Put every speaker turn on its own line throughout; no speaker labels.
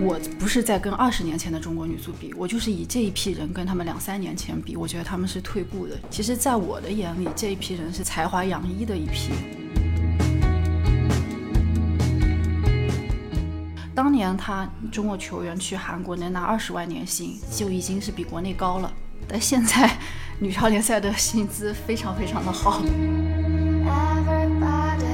我不是在跟二十年前的中国女足比，我就是以这一批人跟他们两三年前比，我觉得他们是退步的。其实，在我的眼里，这一批人是才华洋溢的一批。当年他中国球员去韩国能拿二十万年薪，就已经是比国内高了。但现在女超联赛的薪资非常非常的好。
Everybody's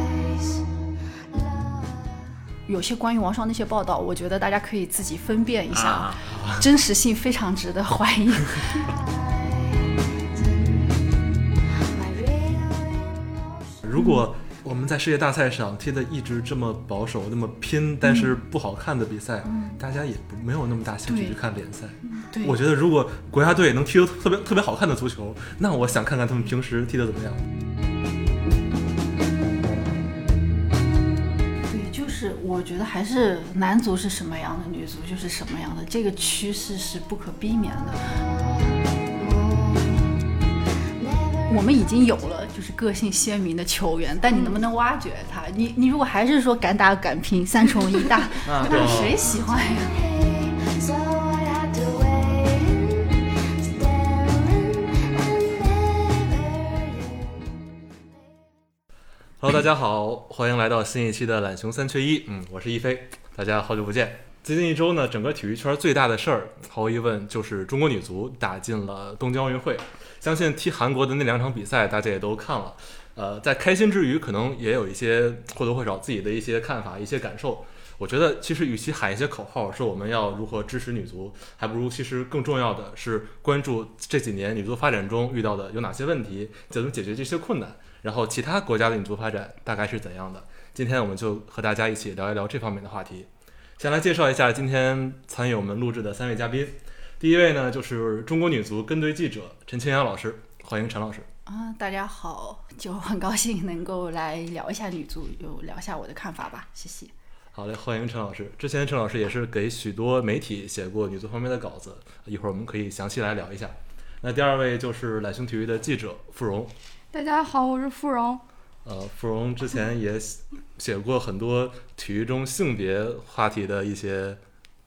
有些关于王霜那些报道，我觉得大家可以自己分辨一下，
啊
真实性非常值得怀疑。
my real
如果我们在世界大赛上踢得一直这么保守、那么拼，但是不好看的比赛，大家也不没有那么大兴趣
对
去看联赛。
嗯对，
我觉得如果国家队能踢得特别特别好看的足球，那我想看看他们平时踢得怎么样。
对，就是我觉得还是男足是什么样的，女足就是什么样的，这个趋势是不可避免的。我们已经有了就是个性鲜明的球员，但你能不能挖掘他？你你如果还是说敢打敢拼，三重一大，那谁喜欢呀？
me, so I had to wait, standing and never.
Hello，大家好，欢迎来到新一期的懒熊三缺一。嗯，我是一飞，大家好久不见。最近一周呢，整个体育圈最大的事儿，毫无疑问就是中国女足打进了东京奥运会。相信踢韩国的那两场比赛，大家也都看了。呃，在开心之余，可能也有一些或多或少自己的一些看法、一些感受。我觉得，其实与其喊一些口号说我们要如何支持女足，还不如其实更重要的是关注这几年女足发展中遇到的有哪些问题，怎么解决这些困难，然后其他国家的女足发展大概是怎样的。今天我们就和大家一起聊一聊这方面的话题。先来介绍一下今天参与我们录制的三位嘉宾。第一位呢，就是中国女足跟队记者陈清阳老师，欢迎陈老师。
啊，大家好，就很高兴能够来聊一下女足，就聊一下我的看法吧，谢谢。
好嘞，欢迎陈老师。之前陈老师也是给许多媒体写过女足方面的稿子，一会儿我们可以详细来聊一下。那第二位就是懒熊体育的记者傅荣，
大家好，我是芙蓉。
呃，芙蓉之前也写写过很多体育中性别话题的一些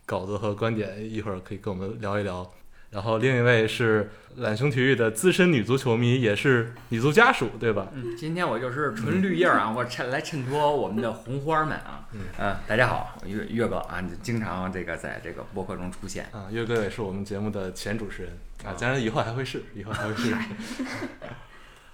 稿子和观点，一会儿可以跟我们聊一聊。然后另一位是懒熊体育的资深女足球迷，也是女足家属，对吧？
嗯，今天我就是纯绿叶儿啊，我衬来衬托我们的红花儿们啊。嗯、大家好，我岳岳哥啊，你经常这个在这个播客中出现。
啊，岳哥也是我们节目的前主持人啊，当然以后还会是，以后还 会是。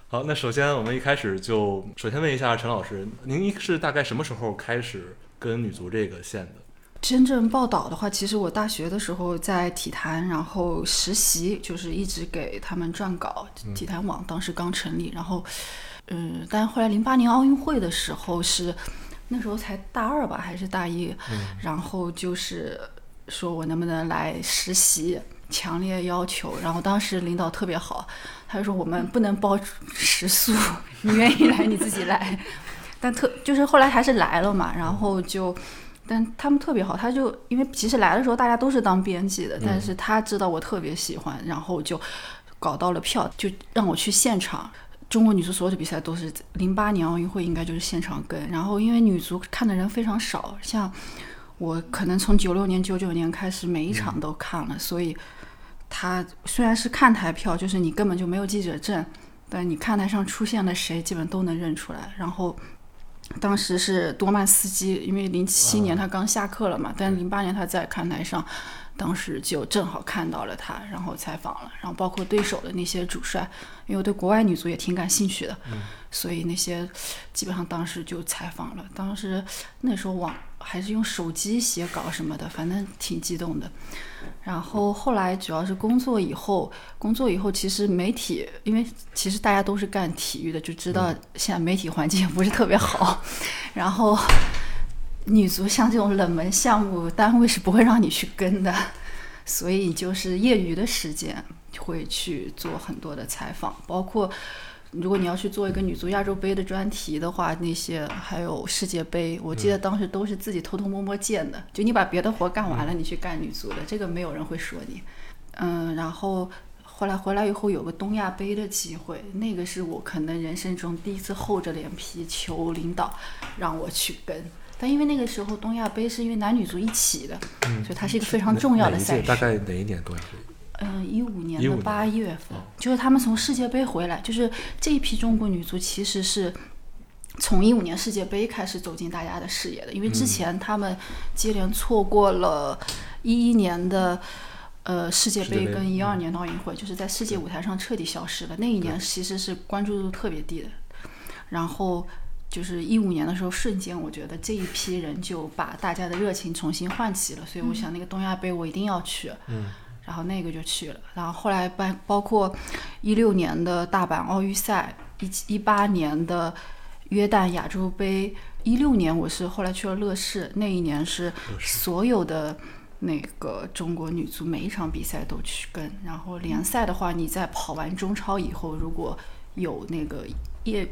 好，那首先我们一开始就首先问一下陈老师，您是大概什么时候开始跟女足这个线的？
真正报道的话，其实我大学的时候在体坛，然后实习，就是一直给他们撰稿。体坛网当时刚成立，然后，嗯，但后来零八年奥运会的时候是，那时候才大二吧，还是大一，然后就是说我能不能来实习，强烈要求。然后当时领导特别好，他就说我们不能包食宿，你愿意来你自己来。但特就是后来还是来了嘛，然后就，但他们特别好，他就因为其实来的时候大家都是当编辑的，但是他知道我特别喜欢，然后就搞到了票，就让我去现场。中国女足所有的比赛都是零八年奥运会应该就是现场跟，然后因为女足看的人非常少，像我可能从九六年、九九年开始每一场都看了，所以他虽然是看台票，就是你根本就没有记者证，但你看台上出现了谁，基本都能认出来。然后当时是多曼斯基，因为零七年他刚下课了嘛，但零八年他在看台上，当时就正好看到了他，然后采访了，然后包括对手的那些主帅，因为我对国外女足也挺感兴趣的，所以那些基本上当时就采访了。当时那时候网还是用手机写稿什么的，反正挺激动的。然后后来主要是工作以后，工作以后其实媒体，因为其实大家都是干体育的，就知道现在媒体环境也不是特别好。 然后女足像这种冷门 项目，单位是不会让你去跟的，所以就是业余的时间会去做很多的采访，包括如果你要去做一个女足亚洲杯的专题的话，那些还有世界杯，我记得当时都是自己偷偷摸摸建的，就你把别的活干完了，你去干女足的，这个没有人会说你。嗯，然后后来回来以后有个东亚杯的机会，那个是我可能人生中第一次厚着脸皮求领导让我去跟。但因为那个时候东亚杯是因为男女足一起的，所以它是一个非常重要的
哪一届
赛事。
大概哪一年多少？
嗯，一五年哦
15
的
年
八月份，就是他们从世界杯回来，就是这一批中国女足其实是从一五年世界杯开始走进大家的视野的，因为之前他们接连错过了一一年的。呃，世界
世界
杯
杯
跟一二年的奥运会，就是在世界舞台上彻底消失了。那一年其实是关注度特别低的，然后就是一五年的时候，瞬间我觉得这一批人就把大家的热情重新唤起了，所以我想那个东亚杯我一定要去，嗯，然后那个就去了，然后后来包包括一六年的大阪奥运赛，一一八年的约旦亚洲杯，一六年我是后来去了乐视，那一年是所有的。那个中国女足每一场比赛都去跟，然后联赛的话，你在跑完中超以后，如果有那个业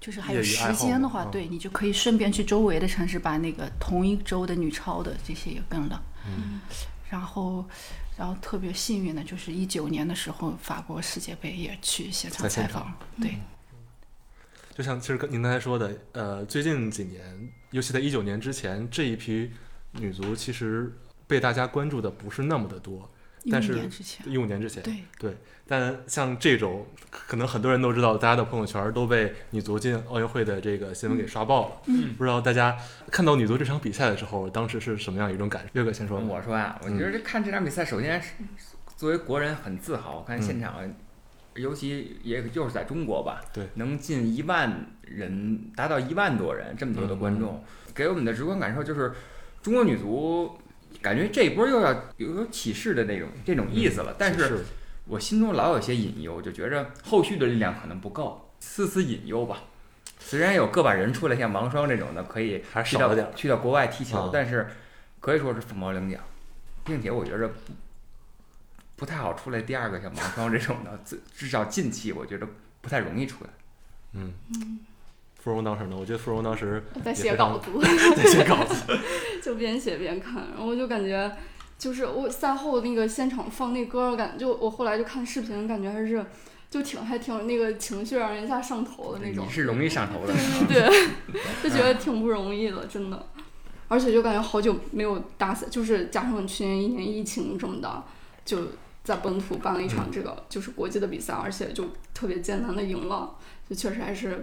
就是还有
业余爱
时
好
间的
嘛
话，
嗯
对你就可以顺便去周围的城市，把那个同一周的女超的这些也跟了。然后，然后特别幸运的就是一九年的时候，法国世界杯也去现场
在现
采
场嗯
访，对，
就像其实跟您刚才说的，呃，最近几年，尤其在一九年之前，这一批女足其实被大家关注的不是那么的多。
一五
但是
年之前，
一五年之前，
对，
但像这种，可能很多人都知道，大家的朋友圈都被女足进奥运会的这个新闻给刷爆了。
嗯，
不知道大家看到女足这场比赛的时候，当时是什么样一种感受？岳哥先说吧。
我说啊，我觉得这看这场比赛，首先是作为国人很自豪，我看现场，尤其也就是在中国吧，
对
能近一万人，达到一万多人，这么多的观众，给我们的直观感受就是，中国女足感觉这一波又要有有起势的那种这种意思了，但嗯是
是
我心中老有些隐忧，就觉着后续的力量可能不够，丝丝隐忧吧。虽然有个把人出来，像王霜这种的可以
还是
去
少
到
了点儿
去到国外踢球，
啊
但是可以说是凤毛麟角，并且我觉着不不太好出来第二个像王霜这种的，至至少近期我觉得不太容易出来。
芙蓉当时呢，我觉得芙蓉当时
在
也
写
非常
稿子，
在写稿 子，
就边写边看，然后我就感觉，就是我赛后那个现场放那歌，我感觉就我后来就看视频，感觉还是就挺还挺那个情绪让人一下上头的那种
你，是容易上头的
对，对对，就觉得挺不容易的，真的。而且就感觉好久没有大赛，就是加上去年一年疫情这么的，就在本土办了一
嗯
场这个就是国际的比赛，而且就特别艰难的赢了，就确实还是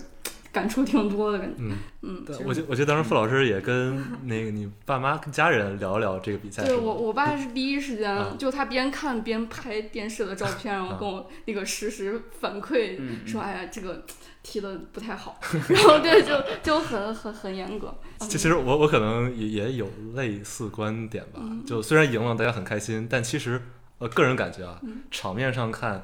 感触挺多的感觉。
嗯
嗯，
我觉得我觉得当时傅老师也跟那个你爸妈跟家人聊一聊这个比赛，
对
是吧
我，我爸是第一时间，
嗯
啊
就他边看边拍电视的照片，然后跟我那个实时反馈、
嗯嗯
说，哎呀，这个踢的不太好， 然后对，就就很很很 严格。嗯
其其实我我可能也也有类似观点吧，就虽然赢了，大家很开心，但其实呃个人感觉啊，场面上看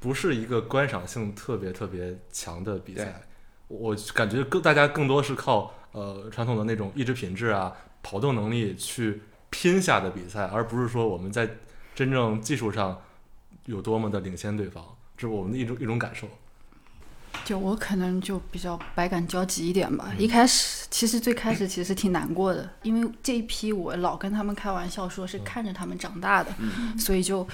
不是一个观赏性特别特别强的比
对
赛，我感觉更大家更多是靠呃传统的那种意志品质啊、跑动能力去拼下的比赛，而不是说我们在真正技术上有多么的领先对方，这是我们的一种一种感受。
就我可能就比较百感交集一点吧。
嗯
一开始其实最开始其实挺难过的，因为这一批我老跟他们开玩笑说是
嗯
看着他们长大的，所以就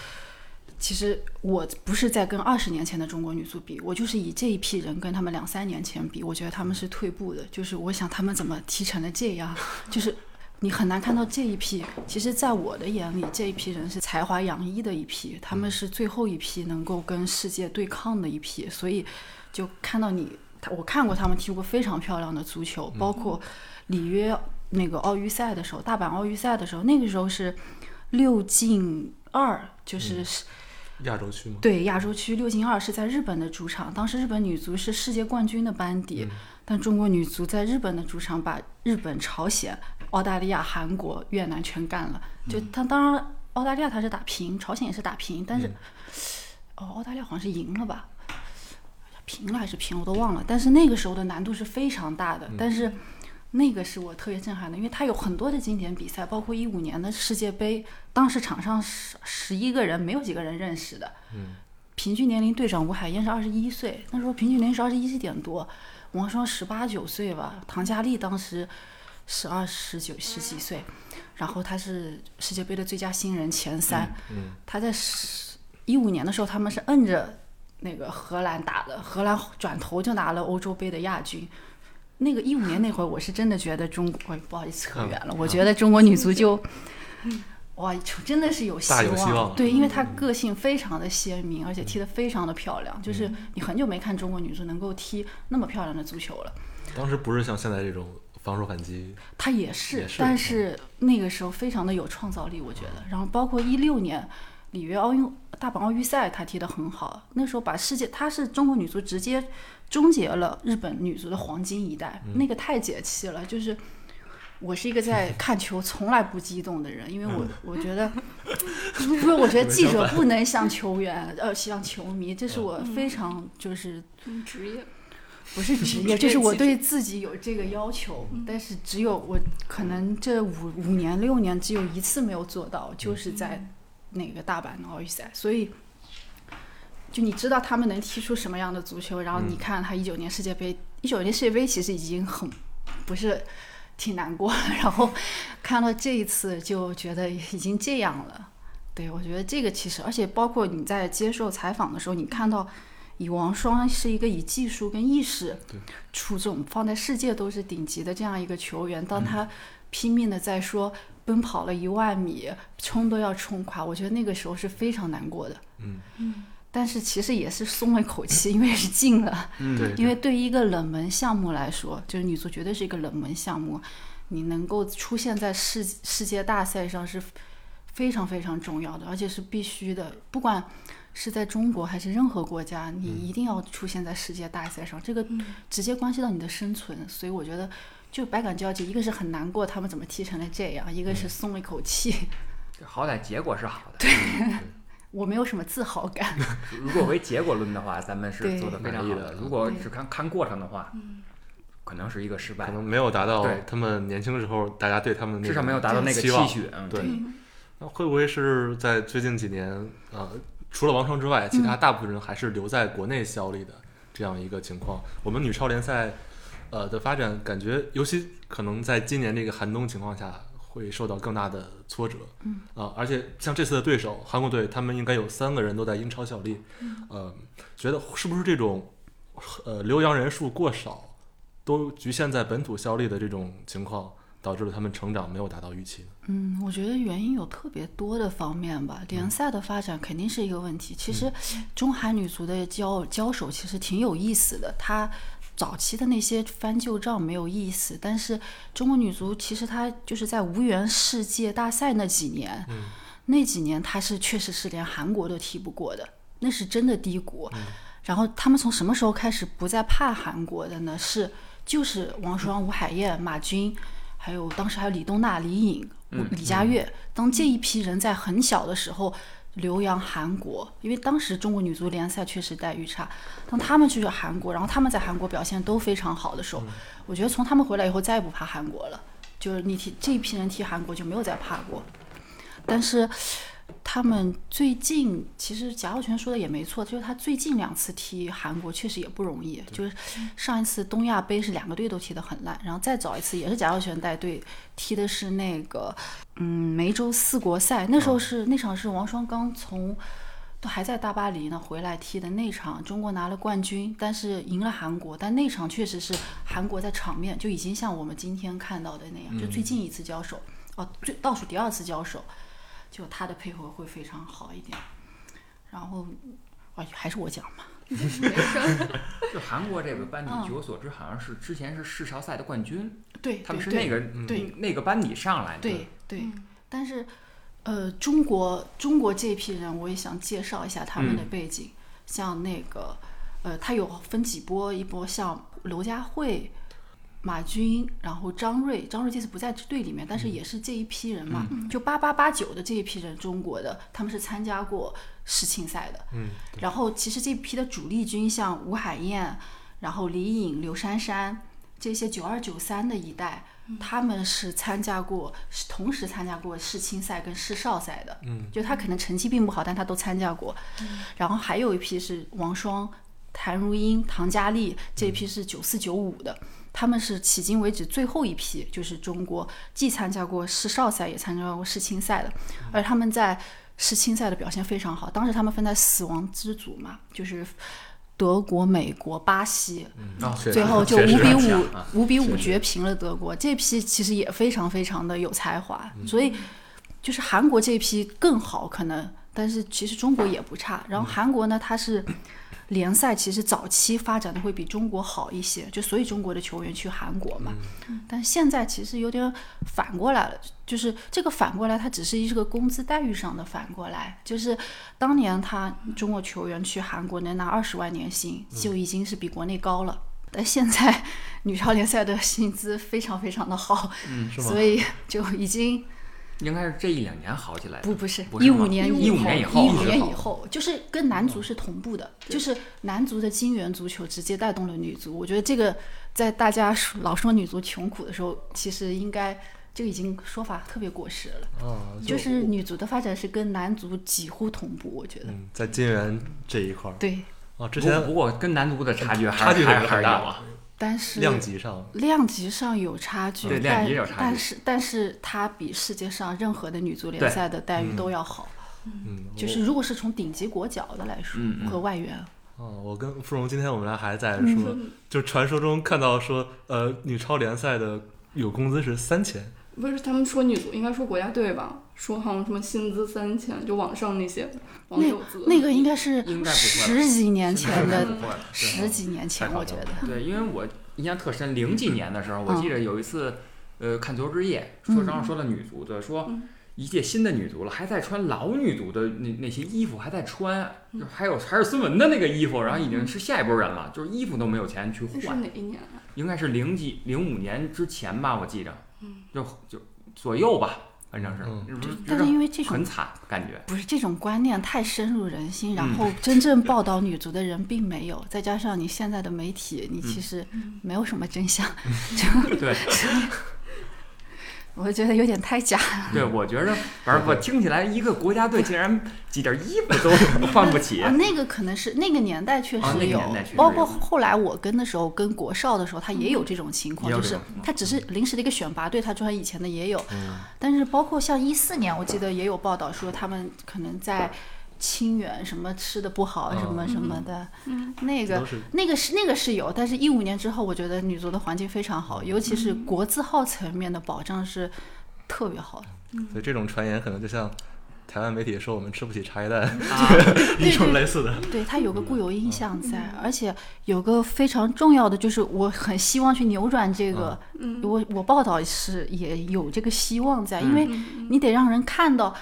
其实我不是在跟二十年前的中国女足比，我就是以这一批人跟他们两三年前比，我觉得他们
嗯
是退步的。就是我想他们怎么踢成了这样，就是。你很难看到这一批，其实，在我的眼里，这一批人是才华洋溢的一批，他们是最后一批能够跟世界对抗的一批，所以就看到你，他我看过他们踢过非常漂亮的足球，包括里约那个奥运赛的时候，大阪奥运赛的时候，那个时候是六进二，就是是、
亚洲区嘛，
对亚洲区六进二是在日本的主场，当时日本女足是世界冠军的班底，但中国女足在日本的主场把日本、朝鲜、澳大利亚、韩国、越南全干了，就他当然澳大利亚他是打平，朝鲜也是打平，但是、哦澳大利亚好像是赢了吧。平了还是平，我都忘了。但是那个时候的难度是非常大的，但是那个是我特别震撼的，因为它有很多的经典比赛，包括一五年的世界杯，当时场上十十一个人没有几个人认识的，嗯，平均年龄队长吴海燕是二十一岁，那时候平均年龄是二十一点多，王霜十八九岁吧，唐佳丽当时十二十九十几岁，然后她是世界杯的最佳新人前三，
嗯
她在十一五年的时候他们是摁着那个荷兰打的，荷兰转头就拿了欧洲杯的亚军。那个一五年那会儿，我是真的觉得中国，哎不好意思
嗯
扯远了，我觉得中国女足就。哇，就真的是有希
大有希望嗯
对，因为她个性非常的鲜明，而且踢得非常的漂亮，就是
嗯
你很久没看中国女足能够踢那么漂亮的足球了。
当时不是像现在这种防守反击，
她也是，
也是嗯
但是那个时候非常的有创造力，我觉得。然后包括一六年里约奥运大阪奥运赛，她踢得很好，那时候把世界，她是中国女足直接终结了日本女足的黄金一代，
嗯
那个太解气了，就是。我是一个 在看球从来不激动的人，因为
嗯
我我觉得，不是，我觉得记者不能像球员，呃，像球迷，这
嗯
是我非常就是
嗯职业
不是职业，就是我对自己有这个要求，但是只有我可能这五五年六年只有一次没有做到，就是在那个大阪的奥运赛，所以就你知道他们能踢出什么样的足球，然后你看他一九年世界杯，一九年世界杯其实已经很不是挺难过了， 然后看到这一次就觉得已经这样了。对，我觉得这个其实，而且包括你在接受采访的时候，你看到以王霜是一个以技术跟意识
对
出众，放在世界都是顶级的这样一个球员，当他拼命的在说奔跑了一万米，冲都要冲垮，我觉得那个时候是非常难过的。
嗯
但是其实也是松了一口气，因为是进了。
嗯
对，
因为对于一个冷门项目来说，就是女足绝对是一个冷门项目，你能够出现在世世界大赛上是非常非常重要的，而且是必须的。不管是在中国还是任何国家，你一定要出现在世界大赛上，这个直接关系到你的生存。所以我觉得，就百感交集，一个是很难过他们怎么踢成了这样，一个是松了一口气，
好歹结果是好的。
我没有什么自豪感。
如果为结果论的话，咱们是
对
做的非常好的；
嗯
如果只看看过程的话，可能是一个失败
可，能没有达到
对
他们年轻时候大家对他们那
至少
种
没有达到那个
期
期
望。
许。嗯，
对，那会不会是在最近几年，呃，除了王霜之外，其他大部分人还是留在国内效力的这样一个情况？我们女超联赛，呃的发展，感觉尤其可能在今年这个寒冬情况下，会受到更大的挫折。嗯，啊、而且像这次的对手韩国队，他们应该有三个人都在英超效力。嗯、呃，觉得是不是这种，呃，留洋人数过少，都局限在本土效力的这种情况，导致了他们成长没有达到预期呢？
嗯，我觉得原因有特别多的方面吧。联赛的发展肯定是一个问题。其实，中韩女足的交交手其实挺有意思的。它早期的那些翻旧账没有意思，但是中国女足其实她就是在无缘世界大赛那几年，那几年她是确实是连韩国都踢不过的，那是真的低谷。然后他们从什么时候开始不再怕韩国的呢？是就是王霜、吴海燕、马军，还有当时还有李东娜、李颖、李佳悦，当这一批人在很小的时候留洋韩国，因为当时中国女足联赛确实待遇差，当他们去了韩国，然后他们在韩国表现都非常好的时候，我觉得从他们回来以后再也不怕韩国了，就是你踢这一批人踢韩国就没有再怕过，但是。他们最近其实贾浩泉说的也没错，就是他最近两次踢韩国确实也不容易，就是上一次东亚杯是两个队都踢得很烂，然后再早一次也是贾浩泉带队踢的是那个嗯梅州四国赛，那时候是、那场是王霜刚从都还在大巴黎呢回来踢的那场，中国拿了冠军，但是赢了韩国，但那场确实是韩国在场面就已经像我们今天看到的那样，就最近一次交手哦，最倒数第二次交手。就他的配合会非常好一点。然后，哎，还是我讲嘛，
就韩国这个班底，据我所知，好像是之前是世超赛的冠军，
对，
他们是
对
那个
嗯
对
那个班底上来的。
对对，但是，呃，中国中国这批人，我也想介绍一下他们的背景，像那个，呃，他有分几波，一波像刘佳慧。马军，然后张睿，张睿这次不在队里面，但是也是这一批人嘛，就八八八九的这一批人，中国的他们是参加过世青赛的，
嗯，
然后其实这批的主力军像吴海燕，然后李颖、刘珊珊这些九二九三的一代，他们是参加过，是同时参加过世青赛跟世少赛的，
嗯，
就他可能成绩并不好，但他都参加过。然后还有一批是王霜、谭如英、唐佳丽，这一批是九四九五的，他们是迄今为止最后一批，就是中国既参加过世少赛，也参加过世青赛的，而他们在世青赛的表现非常好。当时他们分在死亡之组嘛，就是德国、美国、巴西，
啊，
确
最
实
后就
确实
五比
很
五
强啊，
五比
确
五
实
绝平了德国。这批其实也非常非常的有才华，
嗯
所以就是韩国这批更好可能，但是其实中国也不差。
嗯
然后韩国呢，它是联赛其实早期发展的会比中国好一些，就所以中国的球员去韩国嘛。
嗯
嗯但现在其实有点反过来了，就是这个反过来，它只是一个工资待遇上的反过来。就是当年他中国球员去韩国能拿二十万年薪，
嗯
就已经是比国内高了。但现在 女超联赛的薪资非常非常的好，
是吗
所以就已经
应该是这一两年好起来的。
不不是
不
一
是
五
吗
年
15年以后
一五
是
年
吧
以后，就是跟男足是同步的，就是男足的金元足球直接带动了女足。我觉得这个在大家说老说女足穷苦的时候，其实应该这个已经说法特别过时了。
啊，
就是女足的发展是跟男足几乎同步，我觉得。
嗯，在金元这一块儿
对，
啊，之
不
前
不过跟男足的差距还
差距
是还是
很
很
大
大嘛。
但是
量级上，
量级上有差距，
对量
但
级有差距
但是但是它比世界上任何的女足联
对
赛的待遇都要好。
嗯，
就是如果是从顶级国脚的来说
嗯嗯
和外援，
哦，我跟芙蓉今天我们俩还在
嗯
说，
嗯
就传说中看到说，呃，女超联赛的有工资是三千，
不是他们说女足，应该说国家队吧，说好像什么薪资三千，就网上那些网
那
友资
那个应该是
应该不会了
十几年前
现在
的，
不会了
十几年前，我觉得。
对，因为我印象特深，零几年的时候，我
嗯
记得有一次，呃，看球之夜，说然后说到女足的，说
嗯
一届新的女足了，还在穿老女足的那那些衣服，还在穿，就
嗯
还有还是孙雯的那个衣服，然后已经是下一波人了，就是衣服都没有钱去
那是
换，
哪一年啊？
应该是零几零五年之前吧，我记着
嗯，
就就左右吧，反正是，
嗯
是不是觉
但是因
得
为这种
很惨感觉。
不是这种观念太深入人心，然
嗯
后真正报道女足的人并没有，再加上你现在的媒体，你其实
嗯
没有什么真相，
对
我觉得有点太假。
对，我觉着反正我听起来，一个国家队竟然几件衣服都 换不起
啊，，那个可能是那个年代确
啊那个
实有
年代确，实
包括
有
后来我跟的时候，跟国少的时候，他也有这种情
嗯
况，
也有
就
这
是
种情况
他只是临时的一个选拔队，他穿以前的也有
嗯，
但是包括像一四年，我记得也有报道说他们可能在清远什么吃的不好，
嗯
什么什么的，那
都
个。
是
那个是那个是有，但是一五年之后，我觉得女足的环境非常好，尤其是国字号层面的保障是特别好的。
所以这种传言可能就像台湾媒体说我们吃不起茶 叶蛋
啊
一种类似的。
嗯对它有个固有印象
嗯
在，而且有个非常重要的就是，我很希望去扭转这个。
嗯
我我报道是也有这个希望在，因为
嗯
你得让人看到。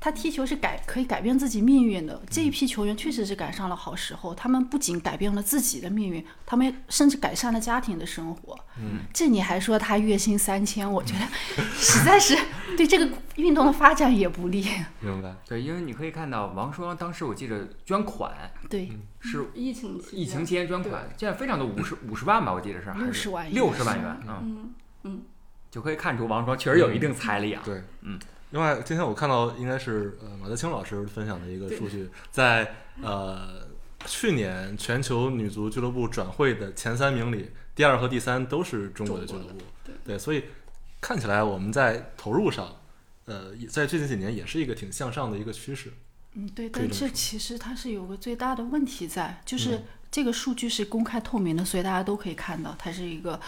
他踢球是改可以改变自己命运的，这
嗯
一批球员确实是赶上了好时候。他们不仅改变了自己的命运，他们甚至改善了家庭的生活。嗯，这你还说他月薪三千，我觉得实在是 对这个运动的发展也不利。
明白，
对，因为你可以看到王霜当时我记得捐款
对，
是
疫情期间
疫情期间捐款，现在非常的五十五十万吧，我记得是还是
60万
六十万元，嗯，
嗯嗯，
就可以看出王霜确实有一定财力啊。
对，
嗯。
另外，今天我看到应该是呃马德清老师分享的一个数据，在呃去年全球女足俱乐部转会的前三名里，第二和第三都是中国的俱乐
中
部
国。的
对，所以看起来我们在投入上，呃，也在最近几年也是一个挺向上的一个趋势。
嗯，对，
可以
但
这么
这其实它是有个最大的问题在，就是这个数据是公开透明的，所以大家都可以看到，它是一个，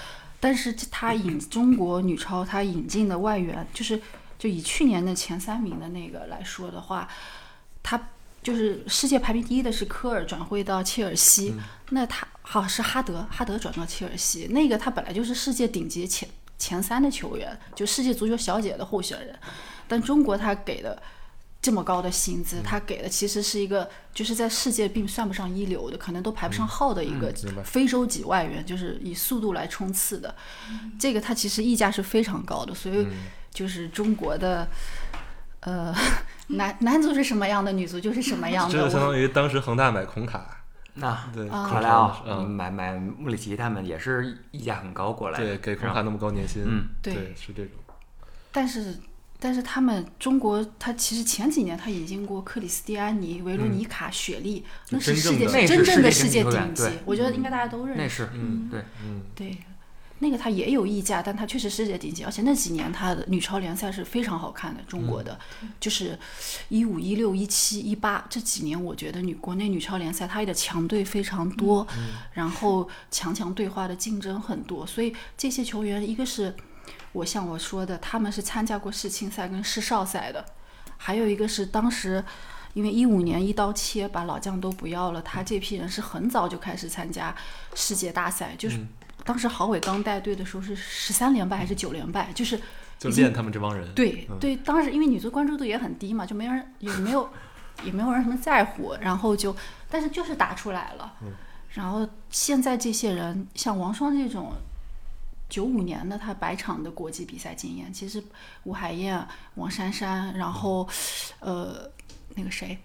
但是这它引中国女超它引进的外援，就是就以去年的前三名的那个来说的话，它就是世界排名第一的是科尔转会到切尔西，那他好是哈德，哈德转到切尔西，那个他本来就是世界顶级前前三的球员，就世界足球小姐的候选人，但中国他给的。这么高的薪
嗯
资，他给的其实是一个，就是在世界并算不上一流的，可能都排不上号的一个
嗯明白
非洲籍外援，就是以速度来冲刺的，
嗯
这个它其实溢价是非常高的，所以就是中国的， 呃，男男足是什么样的，女足就是什么样
这就
的，
相
我
当于当时恒大买孔卡，
那
对，
啊
孔
克莱
尚
奥
老师、嗯，
买买穆里奇他们也是溢价很高过来的，
对，给
是
孔
吧
卡那么高年薪，
嗯，
对
对，是这种，
但是，但是他们中国，他其实前几年他引进过克里斯蒂安妮、维罗妮
嗯
卡、雪莉，那是世界
那是
真正的
世
世
界
界
顶级
顶
球
级
员对，
我觉得应该大家都认识。
那是
嗯
嗯，
对，那个它也有溢价，但它确实世界顶级，而且那几年它的女超联赛是非常好看的，中国的，就是一五、一六、一七、一八这几年，我觉得女国内女超联赛它的强队非常多，然后强强对话的竞争很多，所以这些球员一个是。我像我说的，他们是参加过世青赛跟世少赛的，还有一个是当时，因为一五年一刀切把老将都不要了，他这批人是很早就开始参加世界大赛，就是当时郝伟刚带队的时候是十三连败还是九连败，就是
就
已经
练他们这帮人，
对
嗯
对，当时因为女足关注度也很低嘛，就没有人也没有 也没有人什么在乎，然后就但是就是打出来了。然后现在这些人，像王霜这种九五年的，他百场的国际比赛经验，其实吴海燕、王珊珊，然后呃那个谁。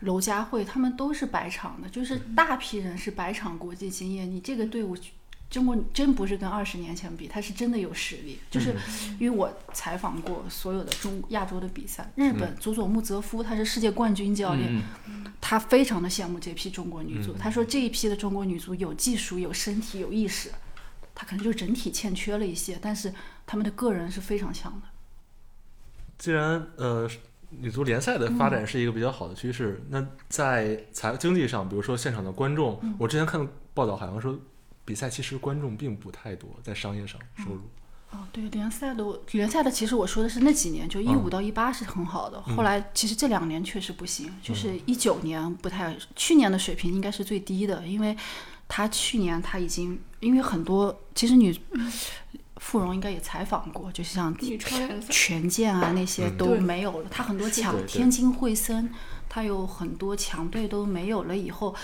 娄佳慧他们都是百场的，就是大批人是百场国际经验。你这个队伍中国真不是跟二十年前比，他是真的有实力。就是因为我采访过所有的中亚洲的比赛，日本佐佐木泽夫他是世界冠
嗯
军教练，他非常的羡慕这批中国女足。他说这一批的中国女足有技术、有身体、有意识，他可能就整体欠缺了一些，但是他们的个人是非常强的。
既然呃女足联赛的发展是一个比较好的趋势，那在财经济上，比如说现场的观众，我之前看报道好像说，比赛其实观众并不太多，在商业上收入，
哦，对，联赛的联赛的，其实我说的是那几年，就一五到一八是很好的，后来其实这两年确实不行，就是一九年不太，去年的水平应该是最低的，因为他去年他已经，因为很多其实女 傅荣应该也采访过，就像
女超联赛
权健啊那些都
对
没有了，他很多强
对对
天津惠森，他有很多强队都没有了以后，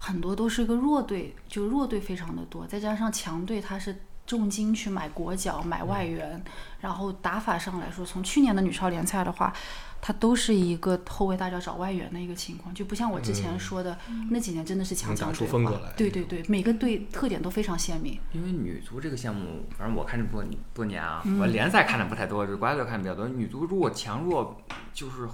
很多都是个弱队，就弱队非常的多，再加上强队他是重金去买国脚、买外
嗯
援，然后打法上来说，从去年的女超联赛的话。它都是一个后卫大脚找外援的一个情况，就不像我之前说的、那几年真的是强
嗯能打
强
出
对
风
话
格来
对对对，每个队特点都非常鲜明。
因为女足这个项目，反正我看这么多多年啊，我联赛看的不太多，就国家队看的比较多。女足如果强弱就是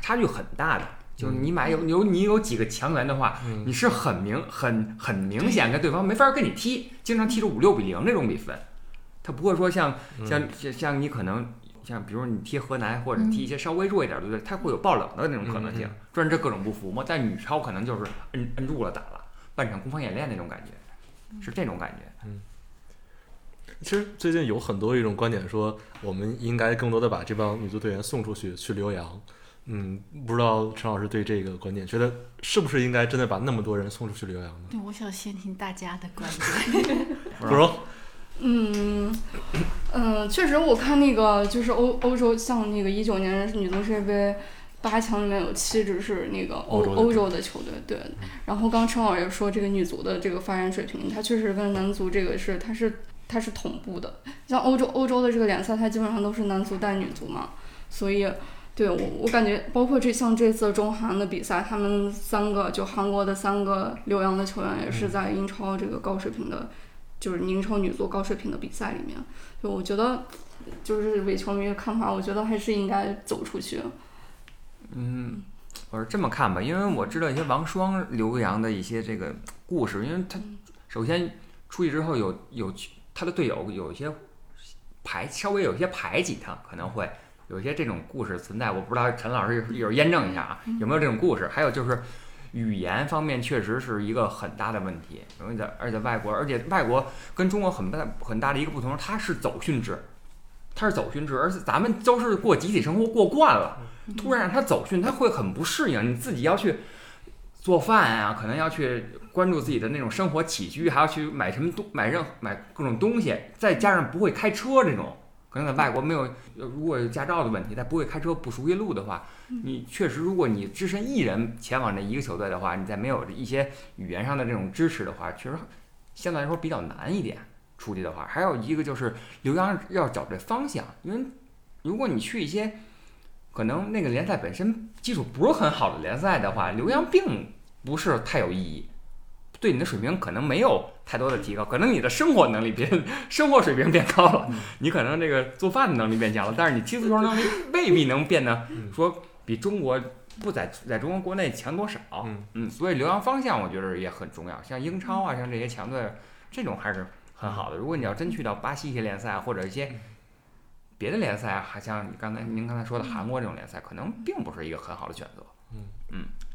差距很大的，就是你买有有你有几个强援的话，
嗯
你是很明很很明显跟对方没法跟你踢，经常踢出五六比零这种比分，他不会说像像像像你可能。像比如你踢河南或者踢一些稍微弱一点的队，它会有爆冷的那种可能性，虽然这各种不服嘛。但女超可能就是摁摁住了打了，半场攻防演练那种感觉，是这种感觉。
其实最近有很多一种观点说，我们应该更多的把这帮女足队员送出去去留洋。嗯，不知道陈老师对这个观点，觉得是不是应该真的把那么多人送出去留洋呢？
对，我想先听大家的观 点。
不是，
嗯，嗯，确实，我看那个就是欧欧洲，像那个一九年女足世界杯八强里面有七支是那个欧
欧洲的
欧洲的球队，嗯对。然后刚陈老师也说，这个女足的这个发展水平，它确实跟男足这个是它是它是同步的。像欧洲欧洲的这个联赛，它基本上都是男足带女足嘛，所以。对我，我感觉包括这像这次中韩的比赛，他们三个就韩国的三个留洋的球员也是在英超这个高水平的就是英超女足高水平的比赛里面，就我觉得，就是伪球迷的看法，我觉得还是应该走出去。
嗯，我是这么看吧，因为我知道一些王霜留洋的一些这个故事，因为他首先出去之后有有他的队友有一些排稍微有一些排挤他，可能会有一些这种故事存在，我不知道陈老师一会儿验证一下啊，有没有这种故事？还有就是。语言方面确实是一个很大的问题，因为在而且外国，而且外国跟中国很大很大的一个不同，它是走训制，它是走训制，而且咱们都是过集体生活过惯了，突然让他走训，他会很不适应。你自己要去做饭啊，可能要去关注自己的那种生活起居，还要去买什么东买任买各种东西，再加上不会开车这种，可能在外国没有呃如果有驾照的问题，但不会开车不熟悉路的话，你确实如果你只身一人前往这一个球队的话，你再没有一些语言上的这种支持的话，确实相对来说比较难一点。出去的话，还有一个就是留洋要找这方向，因为如果你去一些可能那个联赛本身基础不是很好的联赛的话，留洋并不是太有意义。对你的水平可能没有太多的提高，可能你的生活能力变 生活水平变高了，你可能这个做饭的能力变强了，但是你踢足球能力未必能变得
嗯
说比中国不在在中国国内强多少。
嗯
所以留洋方向我觉得也很重要，像英超啊，像这些强队，这种还是很好的。如果你要真去到巴西一些联赛啊或者一些别的联赛啊，还像你刚才您刚才说的韩国这种联赛，可能并不是一个很好的选择。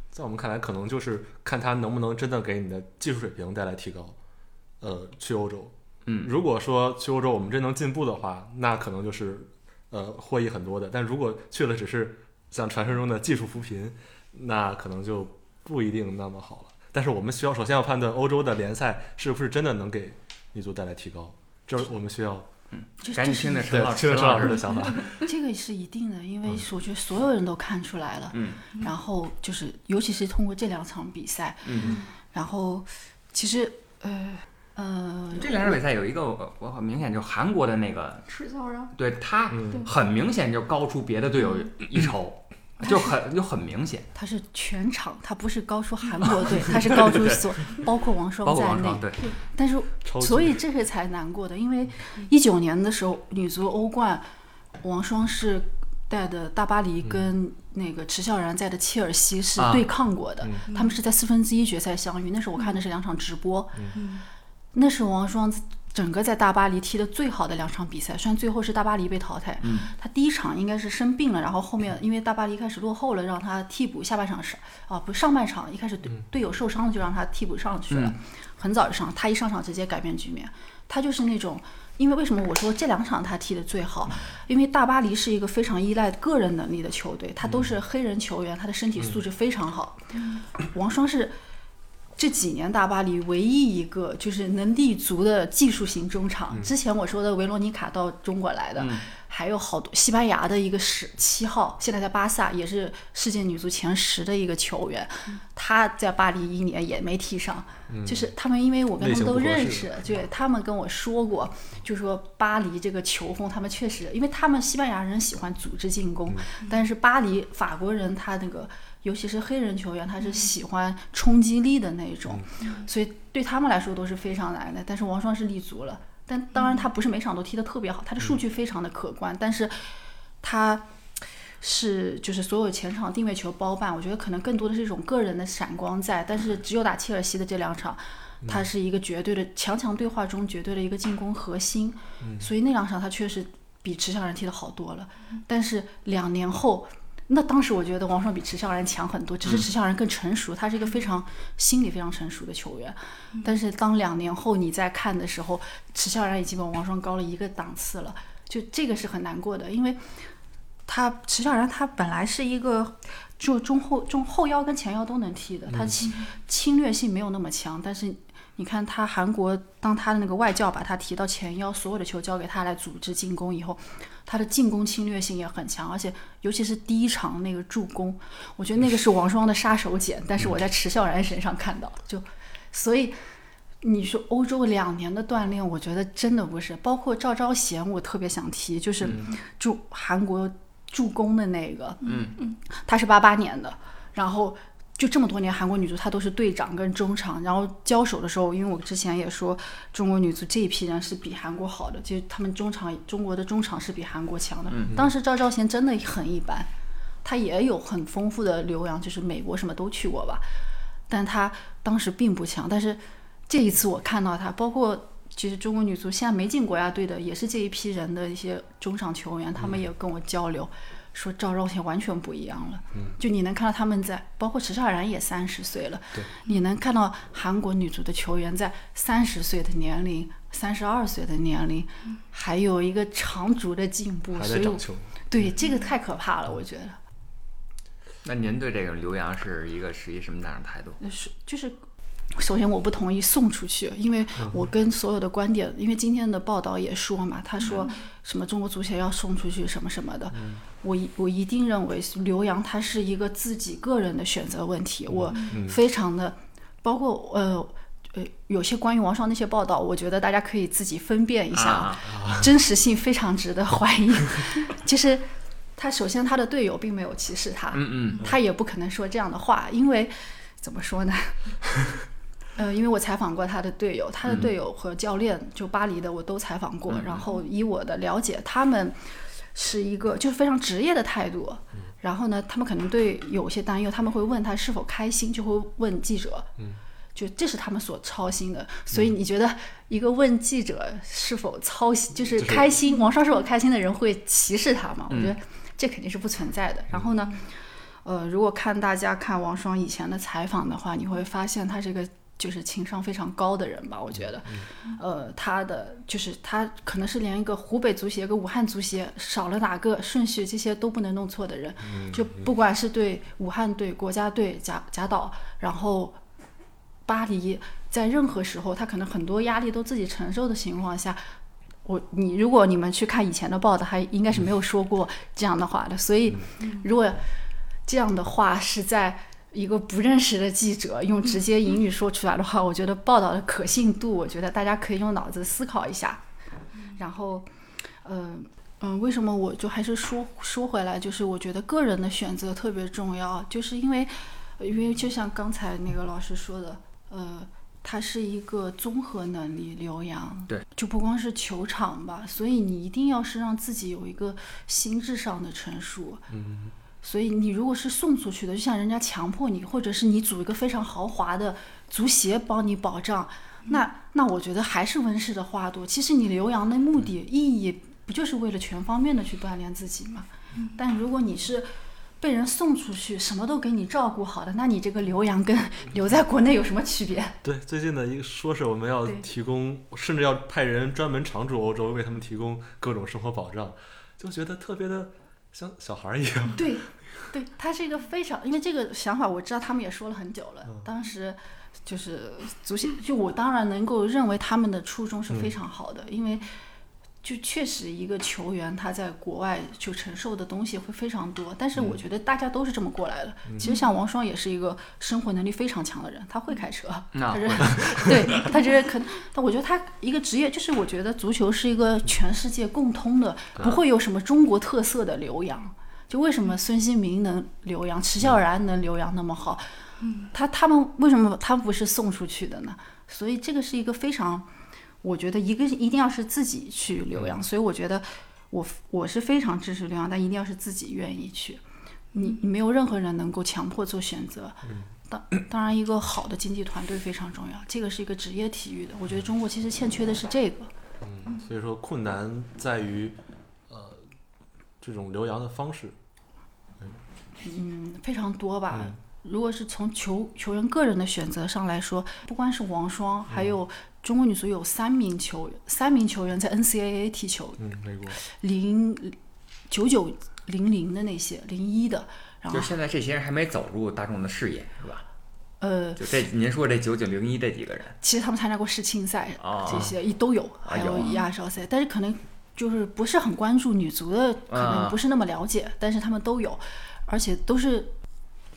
在我们看来，可能就是看他能不能真的给你的技术水平带来提高。呃，去欧洲，
嗯
如果说去欧洲我们真能进步的话，那可能就是呃获益很多的。但如果去了只是像传说中的技术扶贫，那可能就不一定那么好了。但是我们需要首先要判断欧洲的联赛是不是真的能给女足带来提高，这是我们需要
这
赶
这
紧听
是
听陈老师，
听
陈
陈
老
老
师
师的 想法。
这个是一定的，因为
嗯
我觉得所有人都看出来了。
嗯
然后就是，尤其是通过这两场比赛，
嗯，
然后其实呃呃，
这两场比赛有一个我我很明显就韩国的那个，
赤脚让，
对他
嗯
很明显就高出别的队友一筹，就很就很明显，
他是全场，他不是高出韩国队，他是高出所，包括王
包
霜
括
在
王
内
霜。对，
但是
超级
所以这是才难过的，因为一九年的时候，女足欧冠，王霜是带的大巴黎跟那个池孝然在的切尔西是
啊
对抗过的，
嗯
他们是在四分之一决赛相遇。那时候我看的是两场直播，
嗯
那是王霜整个在大巴黎踢的最好的两场比赛，虽然最后是大巴黎被淘汰，
嗯
他第一场应该是生病了，然后后面因为大巴黎开始落后了，让他替补下半场是啊不是上半场一开始队队友受伤了就让他替补上去了，很早就上，他一上场直接改变局面，他就是那种。因为为什么我说这两场他踢得最好？因为大巴黎是一个非常依赖个人能力的球队，他都是黑人球员，他的身体素质非常好。王霜是这几年大巴黎唯一一个就是能立足的技术型中场。之前我说的维罗妮卡到中国来的，还有好多西班牙的一个十七号，现在在巴萨也是世界女足前十的一个球员，她在巴黎一年也没踢上。就是他们，因为我跟
嗯类
他们
型
都
不合
认
适嗯
识，对他们跟我说过，就说巴黎这个球风，他们确实，因为他们西班牙人喜欢组织进攻，
嗯
但是巴黎法国人他那个，尤其是黑人球员，他是喜欢冲击力的
嗯
那种，所以对他们来说都是非常难的。但是王霜是立足了，但当然他不是每场都踢得特别好，他的数据非常的可观，但是他。是，就是所有前场定位球包办，我觉得可能更多的是一种个人的闪光在，但是只有打切尔西的这两场，他是一个绝对的强强对话中绝对的一个进攻核心，所以那两场他确实比池孝然踢得好多了。但是两年后，那当时我觉得王霜比池孝然强很多，只是池孝然更成熟，他是一个非常心理非常成熟的球员。但是当两年后你再看的时候，池孝然已经比王霜高了一个档次了，就这个是很难过的，因为他池孝然他本来是一个就中后中后腰跟前腰都能踢的，他侵侵略性没有那么强，但是你看他韩国当他的那个外教把他提到前腰，所有的球交给他来组织进攻以后，他的进攻侵略性也很强，而且尤其是第一场那个助攻，我觉得那个是王霜的杀手锏，但是我在池孝然身上看到，就所以。你说欧洲两年的锻炼，我觉得真的不是，包括赵昭贤，我特别想提，就是助韩国助攻的那个，
嗯
嗯，他是八八年的，然后就这么多年韩国女足她都是队长跟中场，然后交手的时候，因为我之前也说中国女足这一批人是比韩国好的，就是他们中场中国的中场是比韩国强的，当时赵昭贤真的很一般，他也有很丰富的留洋，就是美国什么都去过吧，但他当时并不强，但是这一次我看到他，包括其实中国女足现在没进国家队的，也是这一批人的一些中场球员，他
嗯
们也跟我交流，说赵昭贤完全不一样了。
嗯
就你能看到他们在，包括池少然也三十岁了，你能看到韩国女足的球员在三十岁的年龄、三十二岁的年龄，还有一个长足的进步，
嗯还
所
在
以我
长嗯球，
对这个太可怕了，我觉得。
那您对这个留洋是一个是一什么样的态度？
是就是，首先我不同意送出去，
嗯
因为我跟所有的观点，因为今天的报道也说嘛，他说什么中国足协要送出去什么什么的，
嗯
我一我一定认为刘洋他是一个自己个人的选择问题，
嗯
我非常的，包括呃。呃，有些关于王霜那些报道，我觉得大家可以自己分辨一下，
啊
真实性非常值得怀疑。 就是他首先他的队友并没有歧视他，
嗯嗯，
他也不可能说这样的话，因为怎么说呢？ 呃，因为我采访过他的队友，他的队友和教练，就巴黎的我都采访过。然后以我的了解，他们是一个就是非常职业的态度。然后呢，他们可能对有些担忧，他们会问他是否开心，就会问记者。就这是他们所操心的，所以你觉得一个问记者是否操心，就是嗯
就是
开心，王少是否开心的人会歧视他吗？我觉得这肯定是不存在的。然后呢，呃，如果看大家看王双以前的采访的话，你会发现他这个就是情商非常高的人吧？我觉得，呃，他的就是他可能是连一个湖北足协跟武汉足协少了哪个顺序这些都不能弄错的人，就不管是对武汉队、国家队、贾贾导，然后巴黎，在任何时候他可能很多压力都自己承受的情况下。我你如果你们去看以前的报道，还应该是没有说过这样的话的，所以如果这样的话是在一个不认识的记者用直接英语说出来的话，我觉得报道的可信度，我觉得大家可以用脑子思考一下。然后，嗯、嗯、为什么我就还是说说回来，就是我觉得个人的选择特别重要，就是因为呃因为就像刚才那个老师说的，呃。它是一个综合能力，留洋
对，
就不光是球场吧，所以你一定要是让自己有一个心智上的成熟，所以你如果是送出去的，就像人家强迫你，或者是你组一个非常豪华的足协帮你保障，那那我觉得还是温室的花朵。其实你留洋的目的、意义，不就是为了全方面的去锻炼自己吗？但如果你是被人送出去，什么都给你照顾好的，那你这个留洋跟 留在国内有什么区别？
对，最近的一个说是我们要
对
提供，甚至要派人专门常驻欧洲，为他们提供各种生活保障，就觉得特别的像小孩儿一样。
对，对，他是一个非常，因为这个想法我知道他们也说了很久了。当时就是足协，就我当然能够认为他们的初衷是非常好的，因为就确实一个球员他在国外就承受的东西会非常多。但是我觉得大家都是这么过来的。其实像王霜也是一个生活能力非常强的人，他会开车，
那
他是对，他觉得可能，但我觉得他一个职业，就是我觉得足球是一个全世界共通的，不会有什么中国特色的留洋。就为什么孙兴民能留洋，迟笑然能留洋那么好，他他们为什么他不是送出去的呢？所以这个是一个非常，我觉得一个一定要是自己去留洋，所以我觉得我我是非常支持留洋，但一定要是自己愿意去。你你没有任何人能够强迫做选择，当当然，一个好的经济团队非常重要，这个是一个职业体育的。我觉得中国其实欠缺的是这个。
所以说困难在于，呃，这种留洋的方式。
嗯，非常多吧。如果是从球球员个人的选择上来说，不光是王霜，
嗯
还有中国女足有三名球员，三名球员在 NCAA 踢球，
嗯，美国
零九九零零的那些，零一的，然后
就是现在这些人还没走入大众的视野，是吧？
呃，
就这您说这九九零一这几个人，
其实他们参加过世青赛，
啊
这些也都有，还
有
有
啊
亚少赛，但是可能就是不是很关注女足的，可
啊
能不是那么了解，但是他们都有，而且都是